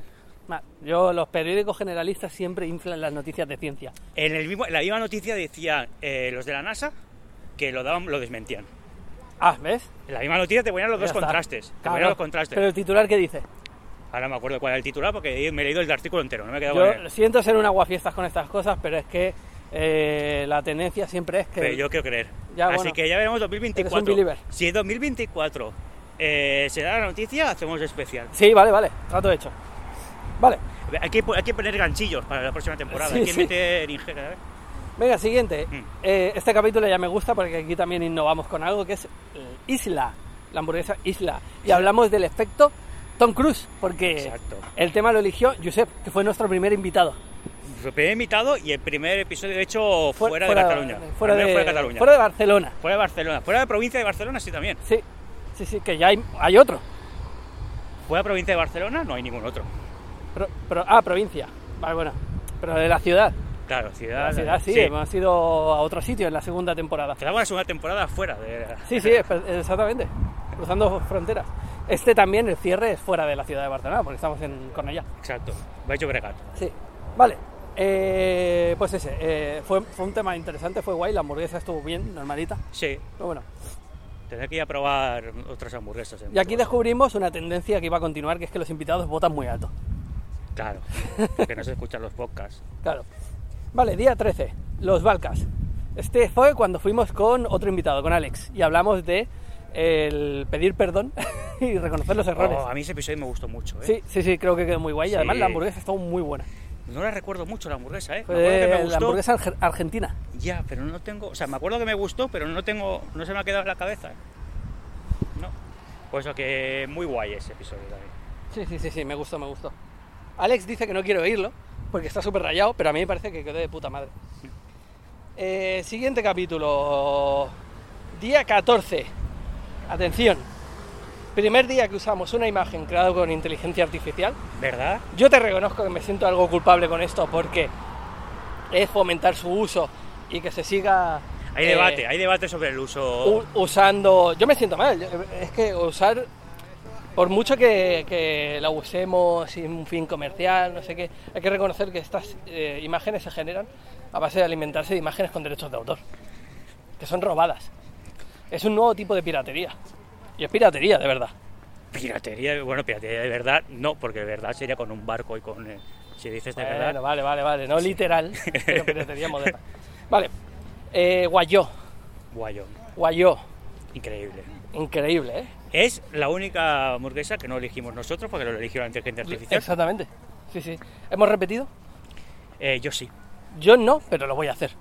[SPEAKER 4] Ma, Yo, los periódicos generalistas siempre inflan las noticias de ciencia.
[SPEAKER 3] En el mismo- la misma noticia decía eh, los de la NASA que lo daban, lo desmentían.
[SPEAKER 4] Ah, ¿ves?
[SPEAKER 3] En la misma noticia te ponían los
[SPEAKER 4] Ya
[SPEAKER 3] dos
[SPEAKER 4] está.
[SPEAKER 3] contrastes. Te
[SPEAKER 4] Claro.
[SPEAKER 3] ponían los contrastes.
[SPEAKER 4] Pero el titular, ¿qué dice?
[SPEAKER 3] Ahora me acuerdo cuál era el titular porque me he leído el artículo entero, no me he quedado con
[SPEAKER 4] Yo
[SPEAKER 3] él.
[SPEAKER 4] siento ser un aguafiestas con estas cosas, pero es que eh, la tendencia siempre es que...
[SPEAKER 3] Pero yo quiero creer.
[SPEAKER 4] Ya,
[SPEAKER 3] Así
[SPEAKER 4] bueno.
[SPEAKER 3] que ya veremos
[SPEAKER 4] Eres un believer.
[SPEAKER 3] 2024. Si en 2024 eh, se da la noticia, hacemos especial.
[SPEAKER 4] Sí, vale, vale. Trato hecho. Vale.
[SPEAKER 3] Hay que, po- hay que poner ganchillos para la próxima temporada.
[SPEAKER 4] Sí,
[SPEAKER 3] hay que
[SPEAKER 4] sí.
[SPEAKER 3] meter injeria.
[SPEAKER 4] Venga, siguiente.
[SPEAKER 3] Mm.
[SPEAKER 4] Eh, este capítulo ya me gusta porque aquí también innovamos con algo que es eh, Isla, la hamburguesa Isla. Y hablamos del efecto Tom Cruise, porque
[SPEAKER 3] Exacto.
[SPEAKER 4] el tema lo eligió Josep, que fue nuestro primer invitado.
[SPEAKER 3] El primer invitado y el primer episodio hecho
[SPEAKER 4] Fue-
[SPEAKER 3] fuera, de Cataluña.
[SPEAKER 4] Fuera
[SPEAKER 3] También
[SPEAKER 4] de,
[SPEAKER 3] fuera de Cataluña.
[SPEAKER 4] fuera de Barcelona.
[SPEAKER 3] Fuera de Barcelona. Fuera de la provincia de Barcelona, sí, también.
[SPEAKER 4] Sí, sí, sí, que ya hay, hay otro.
[SPEAKER 3] Fuera de la provincia de Barcelona, no hay ningún otro.
[SPEAKER 4] Pro- pro- ah, provincia. Vale, bueno. Pero de la ciudad.
[SPEAKER 3] Claro,
[SPEAKER 4] De
[SPEAKER 3] ciudad.
[SPEAKER 4] la ciudad Ah, sí,
[SPEAKER 3] sí.
[SPEAKER 4] hemos ido a otro sitio en la segunda temporada.
[SPEAKER 3] Quedaba la segunda temporada fuera de.
[SPEAKER 4] Sí, sí, espe- exactamente. Cruzando fronteras. Este también, el cierre, es fuera de la ciudad de Barcelona, porque estamos en Cornellá.
[SPEAKER 3] Exacto. Baix Llobregat.
[SPEAKER 4] Sí. Vale. Eh, pues ese, eh, fue, fue un tema interesante, fue guay, la hamburguesa estuvo bien, normalita.
[SPEAKER 3] Sí,
[SPEAKER 4] Pero bueno,
[SPEAKER 3] tendré que ir a probar otras hamburguesas. en
[SPEAKER 4] y aquí
[SPEAKER 3] Barcelona.
[SPEAKER 4] descubrimos una tendencia que iba a continuar, que es que los invitados votan muy alto.
[SPEAKER 3] Claro, porque no se escuchan los podcasts.
[SPEAKER 4] Claro. Vale, día 13, los Balcas. Este fue cuando fuimos con otro invitado, con Alex, y hablamos de el pedir perdón y reconocer los errores.
[SPEAKER 3] Oh, a mí ese episodio me gustó mucho, ¿eh?
[SPEAKER 4] Sí, sí, sí, creo que quedó muy guay. Y
[SPEAKER 3] Sí.
[SPEAKER 4] además la hamburguesa estuvo muy buena.
[SPEAKER 3] No la recuerdo mucho la hamburguesa, ¿eh?
[SPEAKER 4] Fue
[SPEAKER 3] me acuerdo que me
[SPEAKER 4] la
[SPEAKER 3] gustó.
[SPEAKER 4] hamburguesa arge- argentina.
[SPEAKER 3] Ya, pero no tengo. O sea, me acuerdo que me gustó, pero no tengo. No se me ha quedado en la cabeza. No. Por eso que muy guay ese episodio también.
[SPEAKER 4] Sí, sí, sí, sí, me gustó, me gustó. Alex dice que no quiere oírlo, porque está súper rayado, pero a mí me parece que quedó de puta madre. Eh, siguiente capítulo. Día 14. Atención. Primer día que usamos una imagen creada con inteligencia artificial.
[SPEAKER 3] ¿Verdad?
[SPEAKER 4] Yo te reconozco que me siento algo culpable con esto porque es fomentar su uso y que se siga...
[SPEAKER 3] Hay
[SPEAKER 4] eh, Uh.
[SPEAKER 3] debate, hay debate sobre el uso.
[SPEAKER 4] u- usando. Yo me siento mal, yo- es que usar. Por mucho que, que la usemos sin un fin comercial, no sé qué, hay que reconocer que estas eh, imágenes se generan a base de alimentarse de imágenes con derechos de autor. que son robadas. Es un nuevo tipo de piratería. Y es piratería, de verdad.
[SPEAKER 3] Piratería, bueno, piratería de verdad, no, porque de verdad sería con un barco y con. eh, si dices de verdad.
[SPEAKER 4] Bueno, vale, vale, vale. No literal, pero piratería moderna. Vale. Eh, Guayó.
[SPEAKER 3] Guayón.
[SPEAKER 4] Guayó.
[SPEAKER 3] Increíble.
[SPEAKER 4] Increíble, ¿eh?
[SPEAKER 3] Es la única hamburguesa que no elegimos nosotros porque lo eligió la inteligencia artificial.
[SPEAKER 4] Exactamente. Sí, sí. ¿Hemos repetido?
[SPEAKER 3] Eh, yo sí.
[SPEAKER 4] Yo no, pero lo voy a hacer.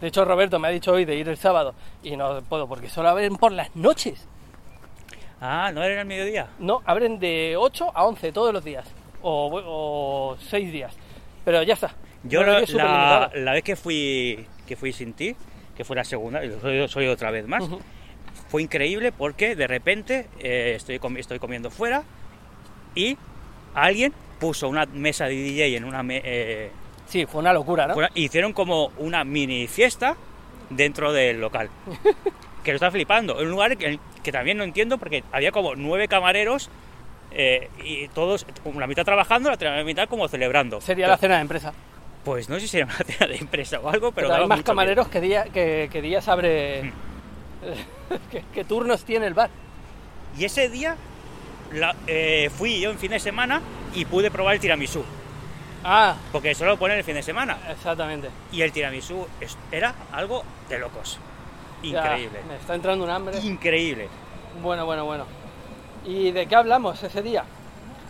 [SPEAKER 4] De hecho, Roberto me ha dicho hoy de ir el sábado y no puedo porque solo abren por las noches.
[SPEAKER 3] Ah, ¿no era el mediodía?
[SPEAKER 4] No, abren de 8 a 11 todos los días. O, o 6 días. Pero ya está.
[SPEAKER 3] Yo
[SPEAKER 4] Horario
[SPEAKER 3] la, la,
[SPEAKER 4] superlimitado.
[SPEAKER 3] la vez que fui, que fui sin ti, que fue la segunda, y soy, soy otra vez más,
[SPEAKER 4] Ujú.
[SPEAKER 3] fue increíble porque de repente eh, estoy, comi- estoy comiendo fuera y alguien puso una mesa de DJ en una... me- eh,
[SPEAKER 4] Sí, fue una locura, ¿no?
[SPEAKER 3] fuera- hicieron como una mini fiesta dentro del local. que lo está flipando. En un lugar que, que también no entiendo porque había como nueve camareros eh, y todos, la mitad trabajando, la otra mitad como celebrando.
[SPEAKER 4] Sería la cena de empresa.
[SPEAKER 3] Pues no sé si era una cena de empresa o algo,
[SPEAKER 4] Pero,
[SPEAKER 3] pero,
[SPEAKER 4] hay
[SPEAKER 3] daba
[SPEAKER 4] más
[SPEAKER 3] mucho miedo.
[SPEAKER 4] camareros que, día, que, que días abre. ¿Qué, qué turnos tiene el bar?
[SPEAKER 3] Y ese día la- eh, fui yo en fin de semana y pude probar el tiramisú,
[SPEAKER 4] Ah,
[SPEAKER 3] porque solo lo ponen el fin de semana.
[SPEAKER 4] exactamente.
[SPEAKER 3] Y el tiramisú es- era algo de locos.
[SPEAKER 4] Ya,
[SPEAKER 3] Increíble.
[SPEAKER 4] me está entrando un hambre.
[SPEAKER 3] Increíble.
[SPEAKER 4] Bueno, bueno, bueno. ¿Y de qué hablamos ese día?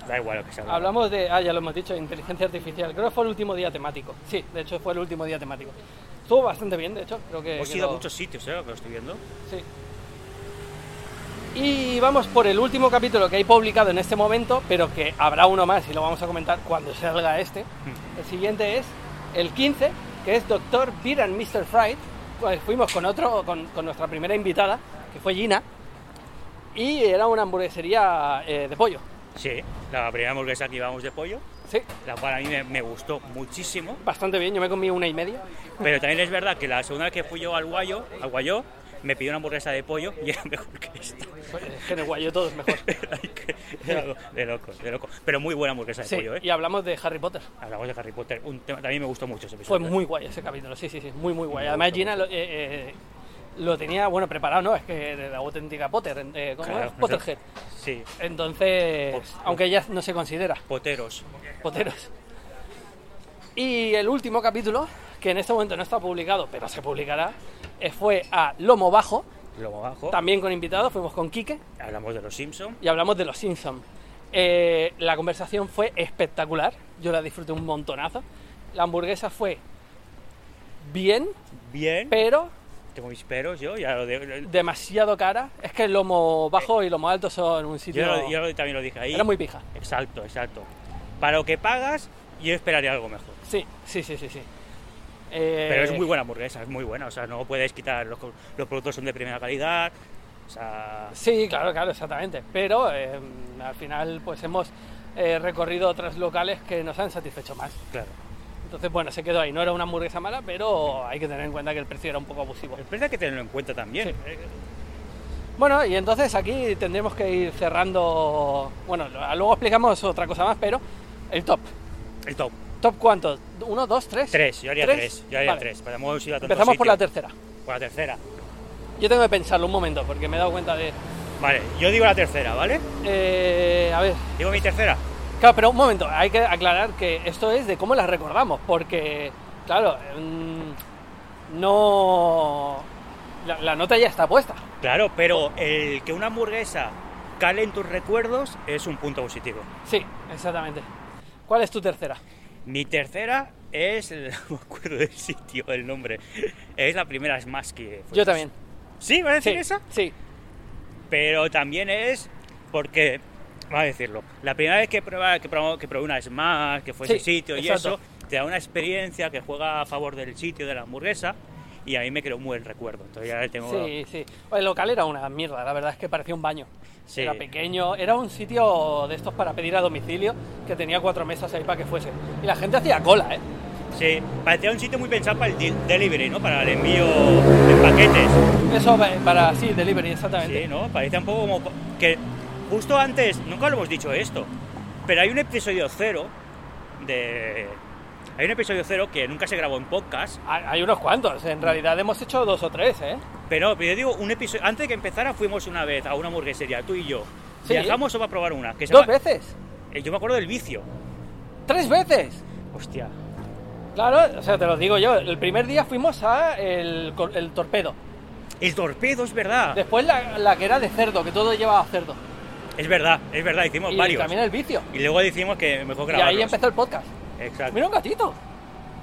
[SPEAKER 3] Da igual lo que sea.
[SPEAKER 4] Hablamos de, ah, ya lo hemos dicho, inteligencia artificial. Creo que fue el último día temático. Sí, de hecho fue el último día temático. Estuvo bastante bien, de hecho. Creo que.
[SPEAKER 3] Hemos
[SPEAKER 4] que
[SPEAKER 3] ido a
[SPEAKER 4] lo-
[SPEAKER 3] muchos sitios, ¿eh? Lo que lo estoy viendo.
[SPEAKER 4] Sí. Y vamos por el último capítulo que hay publicado en este momento, pero que habrá uno más y lo vamos a comentar cuando salga este. El siguiente es el 15, que es Doctor Beer and Mr. Fried. Pues fuimos con otro, con, con nuestra primera invitada, que fue Gina, y era una hamburguesería eh, de pollo.
[SPEAKER 3] Sí, la primera hamburguesa que íbamos de pollo,
[SPEAKER 4] Sí,
[SPEAKER 3] la cual a mí me, me gustó muchísimo.
[SPEAKER 4] bastante bien, yo me comí una y media.
[SPEAKER 3] Pero también es verdad que la segunda vez que fui yo al guayo, al guayo, me pidió una hamburguesa de pollo y era mejor que esta.
[SPEAKER 4] Pues, es que en el guayo todo es mejor.
[SPEAKER 3] Ay, que- era algo de locos, de locos. Pero muy buena hamburguesa de
[SPEAKER 4] Sí,
[SPEAKER 3] pollo, ¿eh?
[SPEAKER 4] y hablamos de Harry Potter.
[SPEAKER 3] Hablamos de Harry Potter, un tema, también me gustó mucho ese
[SPEAKER 4] Fue
[SPEAKER 3] episodio.
[SPEAKER 4] muy guay ese capítulo, sí, sí, sí, muy, muy guay.
[SPEAKER 3] Me
[SPEAKER 4] Además,
[SPEAKER 3] gustó
[SPEAKER 4] Gina lo, eh, eh, lo tenía, bueno, preparado, ¿no? Es que era la auténtica Potter, eh, ¿cómo
[SPEAKER 3] Claro,
[SPEAKER 4] es? Potterhead.
[SPEAKER 3] Sí,
[SPEAKER 4] Entonces,
[SPEAKER 3] Pot-
[SPEAKER 4] aunque ella no se considera
[SPEAKER 3] poteros.
[SPEAKER 4] Potteros. Y el último capítulo, que en este momento no está publicado, pero se publicará, eh, fue a Lomo Bajo,
[SPEAKER 3] Luego abajo
[SPEAKER 4] también con invitados, fuimos con Quique
[SPEAKER 3] hablamos de los Simpson
[SPEAKER 4] y hablamos de los Simpsons. Eh, la conversación fue espectacular, yo la disfruté un montonazo. La hamburguesa fue bien,
[SPEAKER 3] Bien,
[SPEAKER 4] pero
[SPEAKER 3] tengo mis peros yo, ya lo, de-
[SPEAKER 4] demasiado cara. Es que el lomo bajo y lomo alto son un
[SPEAKER 3] yo
[SPEAKER 4] sitio.
[SPEAKER 3] lo- yo lo- también lo dije ahí.
[SPEAKER 4] Era muy pija.
[SPEAKER 3] Exacto, exacto. Para lo que pagas, yo esperaría algo mejor.
[SPEAKER 4] Sí, sí, sí, sí. sí. Eh,
[SPEAKER 3] Pero es muy buena hamburguesa, es muy buena. O sea, no puedes quitar, los, co- los productos son de primera calidad. O sea,
[SPEAKER 4] Sí, claro, claro, exactamente. Pero eh, al final, pues hemos eh, recorrido otros locales que nos han satisfecho más.
[SPEAKER 3] claro.
[SPEAKER 4] Entonces, bueno, se quedó ahí. No era una hamburguesa mala, pero hay que tener en cuenta que el precio era un poco abusivo.
[SPEAKER 3] Es verdad que tenerlo en cuenta también. ¿eh?
[SPEAKER 4] Sí. Bueno, y entonces aquí tendremos que ir cerrando. Bueno, lo- luego explicamos otra cosa más, pero el top.
[SPEAKER 3] El top.
[SPEAKER 4] ¿Top cuánto? ¿Uno, dos, tres?
[SPEAKER 3] Tres, yo haría tres.
[SPEAKER 4] ¿Tres?
[SPEAKER 3] Yo haría
[SPEAKER 4] Vale.
[SPEAKER 3] tres. Pero hemos ido a tantos
[SPEAKER 4] Empezamos por la
[SPEAKER 3] sitios.
[SPEAKER 4] tercera.
[SPEAKER 3] Por la tercera.
[SPEAKER 4] Yo tengo que pensarlo un momento porque me he dado cuenta de.
[SPEAKER 3] Vale, yo digo la tercera, ¿vale?
[SPEAKER 4] eh, a ver.
[SPEAKER 3] Digo mi tercera.
[SPEAKER 4] Claro, pero un momento, hay que aclarar que esto es de cómo las recordamos, porque, claro, mm, no. La, la nota ya está puesta.
[SPEAKER 3] Claro, pero el que una hamburguesa cale en tus recuerdos es un punto positivo.
[SPEAKER 4] Sí, exactamente. ¿Cuál es tu tercera?
[SPEAKER 3] Mi tercera es, el- no me acuerdo del sitio, el nombre. Es la primera Smash que... fue.
[SPEAKER 4] Yo también.
[SPEAKER 3] Sí, ¿vas a decir
[SPEAKER 4] Sí,
[SPEAKER 3] esa?
[SPEAKER 4] sí,
[SPEAKER 3] Pero también es porque, vamos a decirlo, la primera vez que prueba que probó- que probé una Smash, que fue
[SPEAKER 4] Sí,
[SPEAKER 3] ese sitio y
[SPEAKER 4] exacto.
[SPEAKER 3] eso, te da una experiencia que juega a favor del sitio, de la hamburguesa, y a mí me creó un buen recuerdo. Entonces ya le tengo...
[SPEAKER 4] sí, sí. El local era una mierda, la verdad es que parecía un baño.
[SPEAKER 3] Sí.
[SPEAKER 4] Era pequeño, era un sitio de estos para pedir a domicilio que tenía cuatro mesas ahí para que fuese. Y la gente hacía cola, ¿eh?
[SPEAKER 3] Sí, parecía un sitio muy pensado para el de- delivery, ¿no? Para el envío de paquetes.
[SPEAKER 4] Eso pa- para, sí, delivery, exactamente.
[SPEAKER 3] Sí, ¿no? Parece un poco como que justo antes, nunca lo hemos dicho esto, pero hay un episodio cero de... Hay un episodio cero que nunca se grabó en podcast,
[SPEAKER 4] Hay hay unos cuantos, en realidad hemos hecho dos o tres, ¿eh?
[SPEAKER 3] pero yo digo, un episodio antes de que empezara fuimos una vez a una hamburguesería, tú y yo.
[SPEAKER 4] Sí.
[SPEAKER 3] Viajamos solo para probar una. Que se
[SPEAKER 4] Dos
[SPEAKER 3] llama-
[SPEAKER 4] veces,
[SPEAKER 3] Eh, Yo me acuerdo del vicio.
[SPEAKER 4] tres veces.
[SPEAKER 3] Hostia.
[SPEAKER 4] Claro, o sea, te lo digo yo, el primer día fuimos a el, cor- el torpedo,
[SPEAKER 3] El torpedo, es verdad.
[SPEAKER 4] después la, la que era de cerdo, que todo llevaba cerdo,
[SPEAKER 3] Es verdad, es verdad, hicimos
[SPEAKER 4] y
[SPEAKER 3] varios.
[SPEAKER 4] también el vicio,
[SPEAKER 3] Y luego decimos que mejor
[SPEAKER 4] y
[SPEAKER 3] grabarlos.
[SPEAKER 4] ahí empezó el podcast.
[SPEAKER 3] Exacto.
[SPEAKER 4] Mira un gatito,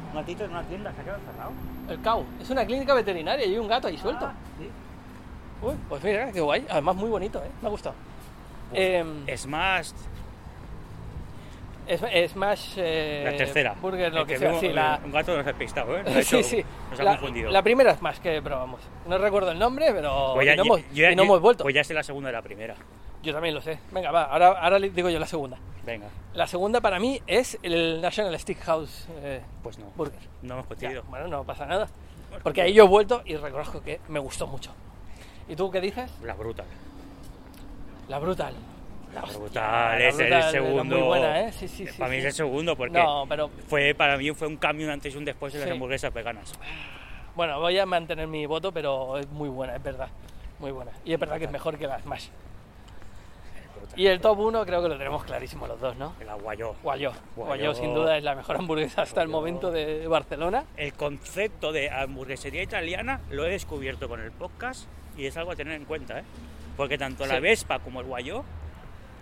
[SPEAKER 3] Un gatito en una tienda, se ha quedado cerrado.
[SPEAKER 4] el cau, es una clínica veterinaria y hay un gato ahí suelto.
[SPEAKER 3] Ah, sí.
[SPEAKER 4] Uy, pues mira, qué guay, además muy bonito, ¿eh? Me ha gustado. Em,
[SPEAKER 3] Smash,
[SPEAKER 4] Es, es más. eh,
[SPEAKER 3] la tercera.
[SPEAKER 4] Burger, lo
[SPEAKER 3] El
[SPEAKER 4] que,
[SPEAKER 3] que
[SPEAKER 4] sea.
[SPEAKER 3] vimos-
[SPEAKER 4] sí, la,
[SPEAKER 3] Un gato nos ha despistado, ¿eh? Nos ha,
[SPEAKER 4] sí,
[SPEAKER 3] hecho-
[SPEAKER 4] sí.
[SPEAKER 3] Nos ha
[SPEAKER 4] la,
[SPEAKER 3] confundido.
[SPEAKER 4] la primera es más que probamos. No recuerdo el nombre, pero.
[SPEAKER 3] Pues
[SPEAKER 4] y no hemos,
[SPEAKER 3] yo ya-
[SPEAKER 4] y no
[SPEAKER 3] yo-
[SPEAKER 4] hemos vuelto.
[SPEAKER 3] Pues ya sé la segunda de la primera.
[SPEAKER 4] Yo también lo sé. Venga, va, ahora, ahora le digo yo la segunda.
[SPEAKER 3] Venga,
[SPEAKER 4] La segunda para mí es el National Steakhouse eh,
[SPEAKER 3] pues no.
[SPEAKER 4] Burger.
[SPEAKER 3] No hemos
[SPEAKER 4] Ya,
[SPEAKER 3] conseguido.
[SPEAKER 4] bueno, no pasa nada. Porque ahí yo he vuelto y reconozco que me gustó mucho. ¿Y tú qué dices?
[SPEAKER 3] La brutal.
[SPEAKER 4] La Brutal. La
[SPEAKER 3] Brutal
[SPEAKER 4] hostia,
[SPEAKER 3] es el
[SPEAKER 4] era
[SPEAKER 3] segundo.
[SPEAKER 4] Muy buena, ¿eh? Sí, sí, sí.
[SPEAKER 3] para mí
[SPEAKER 4] sí.
[SPEAKER 3] es el segundo, porque
[SPEAKER 4] No, pero
[SPEAKER 3] fue, para mí fue un cambio un antes y un después en las
[SPEAKER 4] Sí.
[SPEAKER 3] hamburguesas veganas.
[SPEAKER 4] Bueno, voy a mantener mi voto, pero es muy buena, es verdad. Muy buena. Y es verdad que es mejor que las más.
[SPEAKER 3] Brutal.
[SPEAKER 4] Y el top 1 creo que lo tenemos clarísimo los dos, ¿no?
[SPEAKER 3] El aguayó.
[SPEAKER 4] Guayó. Guayó
[SPEAKER 3] Guayó.
[SPEAKER 4] sin duda es la mejor hamburguesa hasta el
[SPEAKER 3] Guayó.
[SPEAKER 4] momento de Barcelona.
[SPEAKER 3] El concepto de hamburguesería italiana lo he descubierto con el podcast y es algo a tener en cuenta, ¿eh? Porque tanto la
[SPEAKER 4] Sí.
[SPEAKER 3] Vespa como el Guayó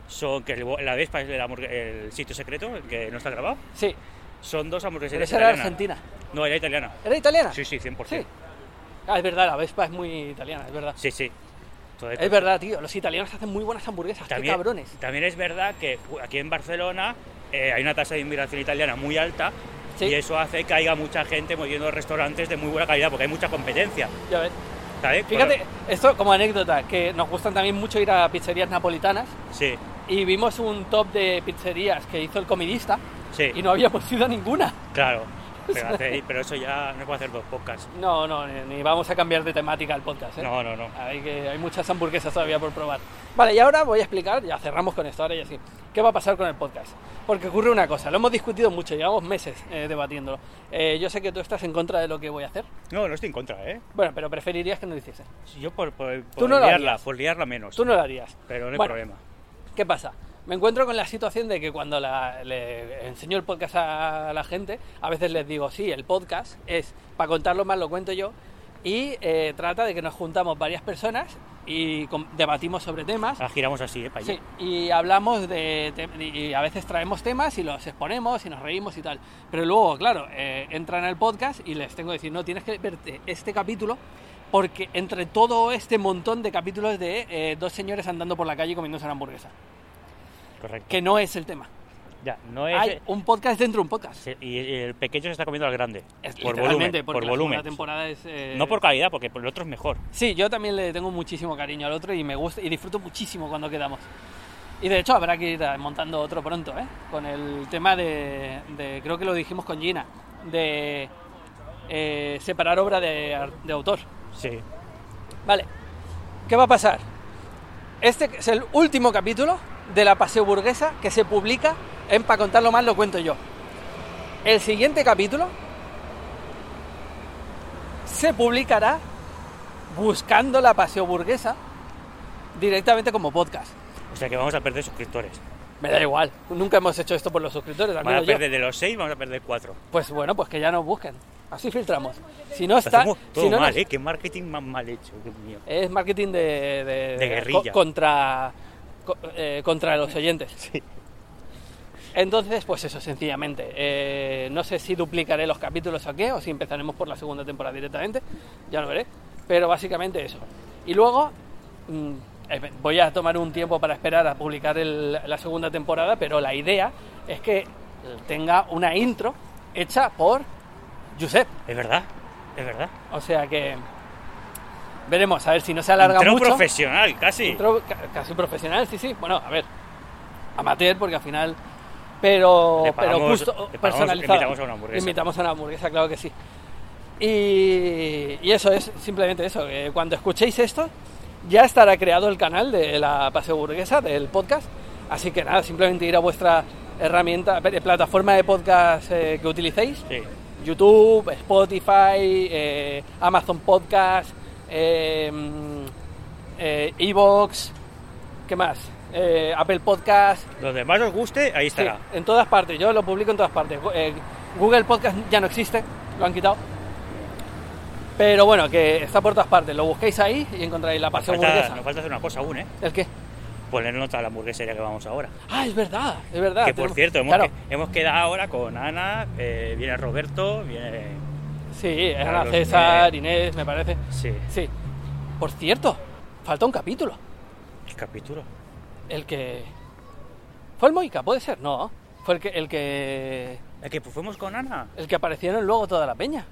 [SPEAKER 3] son que el gu- la Vespa es el, hamburgue- el sitio secreto el que no está grabado.
[SPEAKER 4] Sí,
[SPEAKER 3] Son dos
[SPEAKER 4] pero
[SPEAKER 3] hamburgueserías
[SPEAKER 4] esa era
[SPEAKER 3] italianas.
[SPEAKER 4] argentina.
[SPEAKER 3] No, era italiana.
[SPEAKER 4] ¿Era italiana?
[SPEAKER 3] Sí, sí, 100%.
[SPEAKER 4] Sí. Ah, es verdad, la Vespa es muy italiana, es verdad.
[SPEAKER 3] Sí, sí. Entonces,
[SPEAKER 4] Es verdad, tío, los italianos hacen muy buenas hamburguesas, qué
[SPEAKER 3] también,
[SPEAKER 4] cabrones.
[SPEAKER 3] también es verdad que ju- aquí en Barcelona eh, hay una tasa de inmigración italiana muy alta
[SPEAKER 4] Sí.
[SPEAKER 3] y eso hace que haya mucha gente moviendo restaurantes de muy buena calidad porque hay mucha competencia.
[SPEAKER 4] Ya ves.
[SPEAKER 3] ¿sabes?
[SPEAKER 4] Fíjate, esto como anécdota, que nos gustan también mucho ir a pizzerías napolitanas
[SPEAKER 3] Sí,
[SPEAKER 4] y vimos un top de pizzerías que hizo el comidista
[SPEAKER 3] sí.
[SPEAKER 4] y no habíamos ido a ninguna.
[SPEAKER 3] Claro, pero, hace- pero eso ya no puedo hacer dos podcasts.
[SPEAKER 4] No, no, ni, ni vamos a cambiar de temática al podcast. ¿eh?
[SPEAKER 3] No, no, no.
[SPEAKER 4] Hay, que, hay muchas hamburguesas todavía por probar. Vale, y ahora voy a explicar, ya cerramos con esto, ahora y así, qué va a pasar con el podcast. Porque ocurre una cosa, lo hemos discutido mucho, llevamos meses eh, debatiéndolo. Eh, yo sé que tú estás en contra de lo que voy a hacer.
[SPEAKER 3] No, no estoy en contra, ¿eh?
[SPEAKER 4] Bueno, pero preferirías que no lo hiciesen.
[SPEAKER 3] Yo por, por, por
[SPEAKER 4] Tú no lo
[SPEAKER 3] liarla,
[SPEAKER 4] harías.
[SPEAKER 3] por liarla menos.
[SPEAKER 4] Tú no lo harías.
[SPEAKER 3] Pero no hay
[SPEAKER 4] Bueno,
[SPEAKER 3] problema.
[SPEAKER 4] ¿Qué pasa? Me encuentro con la situación de que cuando la- le enseño el podcast a la gente, a veces les digo, sí, el podcast es, para contarlo más lo cuento yo, y eh, trata de que nos juntamos varias personas y com- debatimos sobre temas.
[SPEAKER 3] Ah, giramos así, ¿eh? Pa' allí.
[SPEAKER 4] Sí, y hablamos de... te- y a veces traemos temas y los exponemos y nos reímos y tal. Pero luego, claro, eh, entran al podcast y les tengo que decir, no, tienes que verte este capítulo porque entre todo este montón de capítulos de eh, dos señores andando por la calle comiéndose una hamburguesa,
[SPEAKER 3] Correcto.
[SPEAKER 4] que no es el tema.
[SPEAKER 3] Ya, no es...
[SPEAKER 4] Hay un podcast dentro de un podcast.
[SPEAKER 3] se- Y y el pequeño se está comiendo al grande.
[SPEAKER 4] Es-
[SPEAKER 3] por volumen.
[SPEAKER 4] literalmente, porque
[SPEAKER 3] por
[SPEAKER 4] la
[SPEAKER 3] volumen.
[SPEAKER 4] segunda temporada es... eh,
[SPEAKER 3] No por calidad, porque por el otro es mejor.
[SPEAKER 4] Sí, yo también le tengo muchísimo cariño al otro y me gusta y disfruto muchísimo cuando quedamos. Y de hecho habrá que ir eh, montando otro pronto, ¿eh? Con el tema de, de- creo que lo dijimos con Gina, de eh, separar obra de, ar- de autor.
[SPEAKER 3] Sí.
[SPEAKER 4] Vale, ¿qué va a pasar? Este es el último capítulo de la Paseo Burguesa que se publica en Pa' Contarlo Más Lo Cuento Yo. El siguiente capítulo se publicará buscando la Paseo Burguesa directamente como podcast.
[SPEAKER 3] O sea que vamos a perder suscriptores.
[SPEAKER 4] Me da igual, nunca hemos hecho esto por los suscriptores, al
[SPEAKER 3] Vamos a
[SPEAKER 4] menos yo.
[SPEAKER 3] perder de los seis, vamos a perder cuatro.
[SPEAKER 4] Pues bueno, pues que ya nos busquen. Así filtramos. Si no
[SPEAKER 3] Lo
[SPEAKER 4] está.
[SPEAKER 3] hacemos todo
[SPEAKER 4] si no
[SPEAKER 3] mal,
[SPEAKER 4] nos-
[SPEAKER 3] ¿eh? Qué marketing más mal hecho, Dios mío.
[SPEAKER 4] Es marketing de, de-
[SPEAKER 3] De guerrilla.
[SPEAKER 4] co- contra, co- eh, contra los oyentes. Entonces, pues eso, sencillamente. Eh, no sé si duplicaré los capítulos o qué, o si empezaremos por la segunda temporada directamente, ya lo veré. Pero básicamente eso. Y luego mm, eh, voy a tomar un tiempo para esperar a publicar el- la segunda temporada, pero la idea es que tenga una intro hecha por Josep.
[SPEAKER 3] Es verdad, es verdad.
[SPEAKER 4] O sea que veremos, a ver si no se alarga
[SPEAKER 3] Entró
[SPEAKER 4] mucho.
[SPEAKER 3] profesional, casi.
[SPEAKER 4] Entró ca- casi profesional, sí, sí. Bueno, a ver, amateur, porque al final. Pero,
[SPEAKER 3] Le pagamos-
[SPEAKER 4] pero justo
[SPEAKER 3] le pagamos-
[SPEAKER 4] personalizado.
[SPEAKER 3] invitamos a una hamburguesa.
[SPEAKER 4] Invitamos a una hamburguesa, claro que sí. Y, y eso es simplemente eso. que cuando escuchéis esto, ya estará creado el canal de la Paseo Burguesa, del podcast. Así que nada, simplemente ir a vuestra herramienta, eh, plataforma de podcast eh, que utilicéis.
[SPEAKER 3] Sí.
[SPEAKER 4] YouTube, Spotify, eh, Amazon Podcast, eh, Evox, ¿qué más? Eh, Apple Podcast.
[SPEAKER 3] Donde más os guste, ahí
[SPEAKER 4] Sí,
[SPEAKER 3] estará.
[SPEAKER 4] en todas partes, yo lo publico en todas partes. Gu- eh, Google Podcast ya no existe, lo han quitado. Pero bueno, que está por todas partes. Lo busquéis ahí y encontráis la
[SPEAKER 3] Nos
[SPEAKER 4] pase
[SPEAKER 3] falta,
[SPEAKER 4] hamburguesa.
[SPEAKER 3] nos falta hacer una cosa aún, ¿eh?
[SPEAKER 4] ¿El qué?
[SPEAKER 3] Poner nota a la hamburguesería que vamos ahora.
[SPEAKER 4] Ah, es verdad, es verdad.
[SPEAKER 3] que por
[SPEAKER 4] tenemos-
[SPEAKER 3] cierto, hemos,
[SPEAKER 4] claro,
[SPEAKER 3] que- hemos quedado ahora con Ana, eh, viene Roberto, viene.
[SPEAKER 4] Sí, es
[SPEAKER 3] Claro,
[SPEAKER 4] Ana César, Inés, me parece.
[SPEAKER 3] Sí,
[SPEAKER 4] Sí. Por cierto, falta un capítulo.
[SPEAKER 3] el capítulo.
[SPEAKER 4] El que. ¿Fue el Moica? ¿Puede ser? No. Fue el que. El que,
[SPEAKER 3] El que fuimos con Ana,
[SPEAKER 4] el que aparecieron luego toda la peña.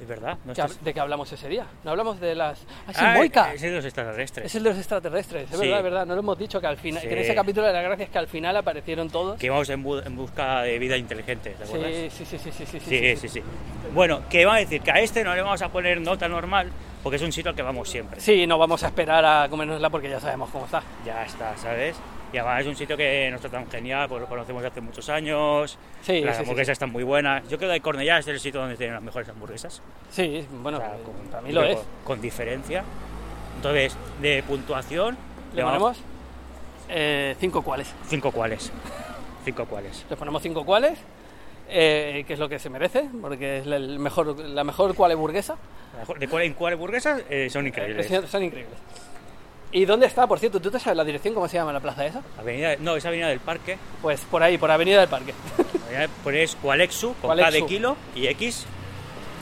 [SPEAKER 3] es verdad. No
[SPEAKER 4] que hab-
[SPEAKER 3] estás-
[SPEAKER 4] ¿De que hablamos ese día? No hablamos de las. ¡Ah, sí,
[SPEAKER 3] Ah,
[SPEAKER 4] Moica!
[SPEAKER 3] Es el de los extraterrestres.
[SPEAKER 4] Es el de los extraterrestres, es
[SPEAKER 3] Sí.
[SPEAKER 4] verdad, es verdad. No lo hemos dicho que al final.
[SPEAKER 3] Sí.
[SPEAKER 4] Que en ese capítulo de la gracia es que al final aparecieron todos.
[SPEAKER 3] Que vamos en, bu- en busca de vida inteligente, ¿te acuerdas?
[SPEAKER 4] Sí, sí, sí, sí, sí, sí, sí,
[SPEAKER 3] Sí, sí, sí. Bueno, que va a decir que a este no le vamos a poner nota normal porque es un sitio al que vamos siempre.
[SPEAKER 4] Sí, no vamos a esperar a comérnosla porque ya sabemos cómo está.
[SPEAKER 3] Ya está, ¿sabes? Y además es un sitio que nos tratan genial, pues lo conocemos de hace muchos años.
[SPEAKER 4] Sí,
[SPEAKER 3] las
[SPEAKER 4] sí, sí,
[SPEAKER 3] hamburguesas
[SPEAKER 4] sí.
[SPEAKER 3] están muy buenas. Yo creo que Cornellá es el sitio donde tienen las mejores hamburguesas.
[SPEAKER 4] Sí, bueno,
[SPEAKER 3] O sea,
[SPEAKER 4] eh,
[SPEAKER 3] con-
[SPEAKER 4] para mí lo
[SPEAKER 3] con-
[SPEAKER 4] es.
[SPEAKER 3] Con diferencia. Entonces, de puntuación,
[SPEAKER 4] Le
[SPEAKER 3] vamos-
[SPEAKER 4] ponemos eh, cinco cuales.
[SPEAKER 3] cinco cuales. Cinco cuales.
[SPEAKER 4] Le ponemos cinco cuales, eh, que es lo que se merece, porque es la- el mejor, la mejor cual burguesa.
[SPEAKER 3] De cuál en cuál hamburguesas eh, son increíbles.
[SPEAKER 4] Eh, son increíbles. ¿Y dónde está, por cierto? ¿Tú te sabes la dirección? ¿Cómo se llama la plaza esa?
[SPEAKER 3] Avenida, no, es Avenida del Parque.
[SPEAKER 4] Pues por ahí, por Avenida del Parque.
[SPEAKER 3] Avenida- Ponéis Qualexu con K de
[SPEAKER 4] Qualexu.
[SPEAKER 3] kilo y X.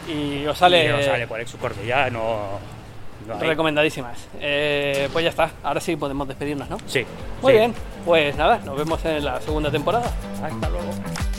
[SPEAKER 4] y os
[SPEAKER 3] Sale,
[SPEAKER 4] sale,
[SPEAKER 3] sale Qualexu Cornellá, no. no hay.
[SPEAKER 4] recomendadísimas. Eh, pues ya está, ahora sí podemos despedirnos, ¿no?
[SPEAKER 3] Sí.
[SPEAKER 4] Muy
[SPEAKER 3] sí.
[SPEAKER 4] bien, pues nada, nos vemos en la segunda temporada.
[SPEAKER 3] Hasta luego.